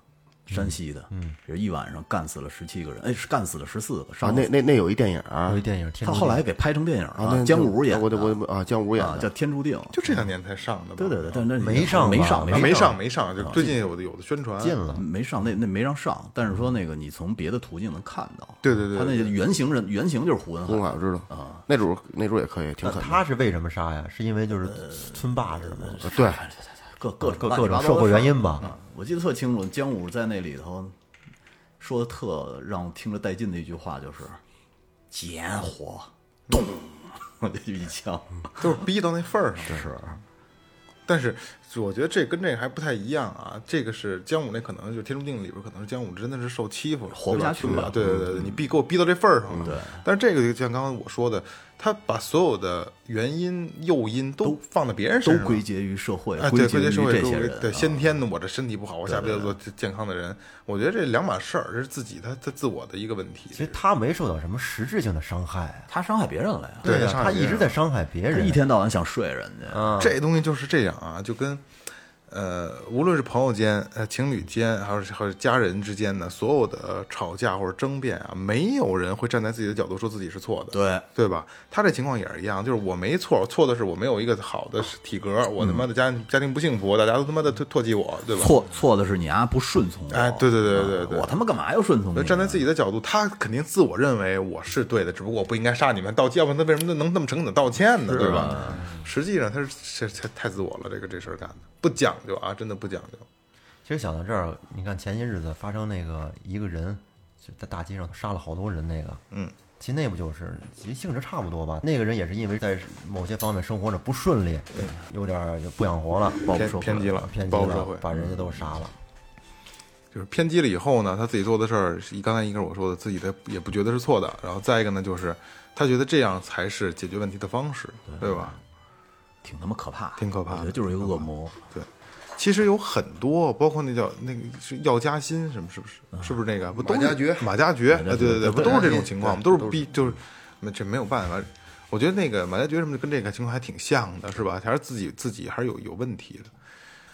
山西的，嗯，是一晚上干死了十七个人，哎，是干死了十四个，
啊
上，
那那那有一电影啊
有一，电影，天
他
注
后
定
来给拍成电影
啊那
了，姜武演的，
我得我得啊，姜武演
啊，叫
的
《天注定》，
就这两年才上的吧。
嗯对对对，但那
没上
没
吧
上
啊，没
没
上没上，就最近有的有的宣传
进了，
没上，那那没让上，但是说那个你从别的途径能看到，
对对对
他那
对
原型人原型就是胡文
胡文
海，
海我知道啊，那主那主也可以，挺
那
狠的。
他是为什么杀呀？是因为就是村霸是吗？
对，
各各
各各
乱七八
种
糟
社
的
会
事儿
原因吧。
嗯我记得特清楚，姜武在那里头说的特让我听着带劲的一句话就是“捡火”，咚， 我就一枪。
都是逼到那份儿上。是，但是我觉得这跟这个还不太一样啊。这个是姜武那可能就《天注定》里边可能是姜武真的是受欺负了，
活不
对吧
下去了
对对对对，你逼给我逼到这份儿上了。对，但是这个就像刚刚我说的，他把所有的原因诱因都放到别人身上
都
了，
归结于社会，
啊，
归
对，
结
归
于
结社会
这
都
些
是
人。
对，
啊
先天的我这身体不好，我下辈子做健康的人，我觉得这两码事儿，这是自己他他自我的一个问题。
其实他没受到什么实质性的伤害啊，
他伤害别人了呀，
对
呀，
伤
他
害别
一直
人
在伤害别
他
人，
一天到晚想睡人家，
啊，
这东西就是这样啊，就跟呃，无论是朋友间、呃情侣间，还是还是家人之间的所有的吵架或者争辩啊，没有人会站在自己的角度说自己是错的，
对
对吧？他这情况也是一样，就是我没错，错的是我没有一个好的体格，我他妈的家家庭不幸福，大家都他妈的唾唾弃我，对吧？
错错的是你啊不顺从我。
哎对对对对
啊
对
我他妈干嘛要顺从你
所
啊？
以站在自己的角度，他肯定自我认为我是对的，只不过我不应该杀你们道歉，要不然他为什么能那么诚恳的道歉呢？对吧？实际上他是这太自我了，这个这事儿干的不讲究啊，真的不讲究。
其实想到这儿，你看前些日子发生那个一个人就在大街上杀了好多人那个，
嗯，
其实那不就是其实性质差不多吧？那个人也是因为在某些方面生活着不顺利，有点儿不想活了，
报复
偏
社会
偏激了，
偏激
报复社会
了，，把人家都杀了。
就是偏激了以后呢，他自己做的事儿，是刚才一个是我说的，自己的也不觉得是错的，然后再一个呢，就是他觉得这样才是解决问题的方式，对吧？
挺他妈可怕的，
挺可怕的嗯
我觉得就是一个恶魔。
对，其实有很多，包括那叫那个是药家鑫什么，是不是？是不是那个？不都是
马加爵
嗯马加爵？啊，对对对，不都是这种情况吗？
对
都是逼，就是那这没有办法。我觉得那个马加爵什么的跟这个情况还挺像的，是吧？还是自己自己还是有有问题的。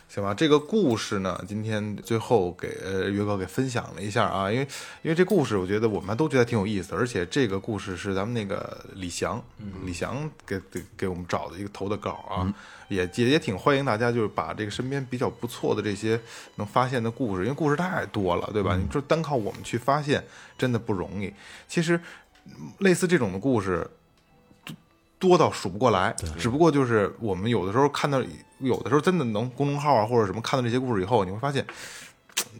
行吧，这个故事呢，今天最后给呃岳哥给分享了一下啊，因为因为这故事我觉得我们都觉得挺有意思的，而且这个故事是咱们那个李翔，李翔给给给我们找的一个投的稿啊，也也也挺欢迎大家就是把这个身边比较不错的这些能发现的故事，因为故事太多了，对吧？你说单靠我们去发现真的不容易，其实嗯类似这种的故事。都多到数不过来。只不过就是我们有的时候看到，有的时候真的能公众号啊或者什么看到这些故事以后，你会发现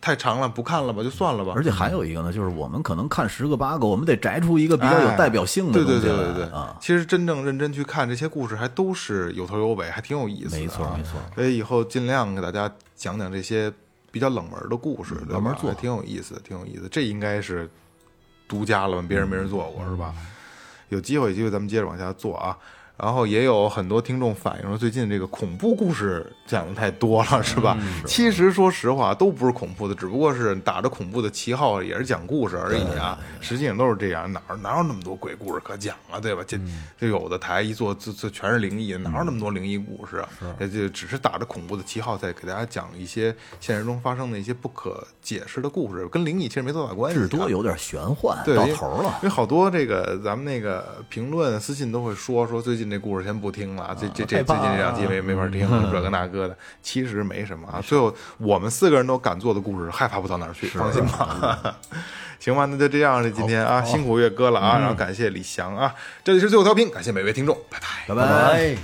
太长了，不看了吧，就算了吧。
而且还有一个呢，就是我们可能看十个八个，我们得摘出一个比较有
哎
代表性的
对
东
对
西
对
来
对对
啊，
其实真正认真去看这些故事，还都是有头有尾，还挺有意思的啊。
没错没错
所以以后尽量给大家讲讲这些比较冷门的故事，对吧
慢慢做
还挺有意思的，挺有意思的。这应该是独家了吧？别人没人做
嗯
过、是吧？有机会有机会咱们接着往下做啊。然后也有很多听众反映说，最近这个恐怖故事讲的太多了，嗯是吧？其实说实话，都不是恐怖的，只不过是打着恐怖的旗号，也是讲故事而已啊。实际上都是这样，哪儿哪有那么多鬼故事可讲啊，对吧？这这有的台一做，这这全是灵异的，哪有那么多灵异故事啊？也就只是打着恐怖的旗号，在给大家讲一些现实中发生的一些不可解释的故事，跟灵异其实没多大关系啊，
至多有点玄幻
对，
到
因为
头了
因。为好多这个咱们那个评论私信都会说说，最近这故事先不听了，这这这
害怕
最
啊
近这两期没没法听， 这个那个的，其实没什么啊。最后我们四个人都敢做的故事，害怕不到哪儿去，放心吧。 行吧，那就这样了，今天嗯啊，辛苦岳哥了啊，然后感谢李翔啊，这里是最后调频，感谢每位听众，拜拜。
拜拜。
哎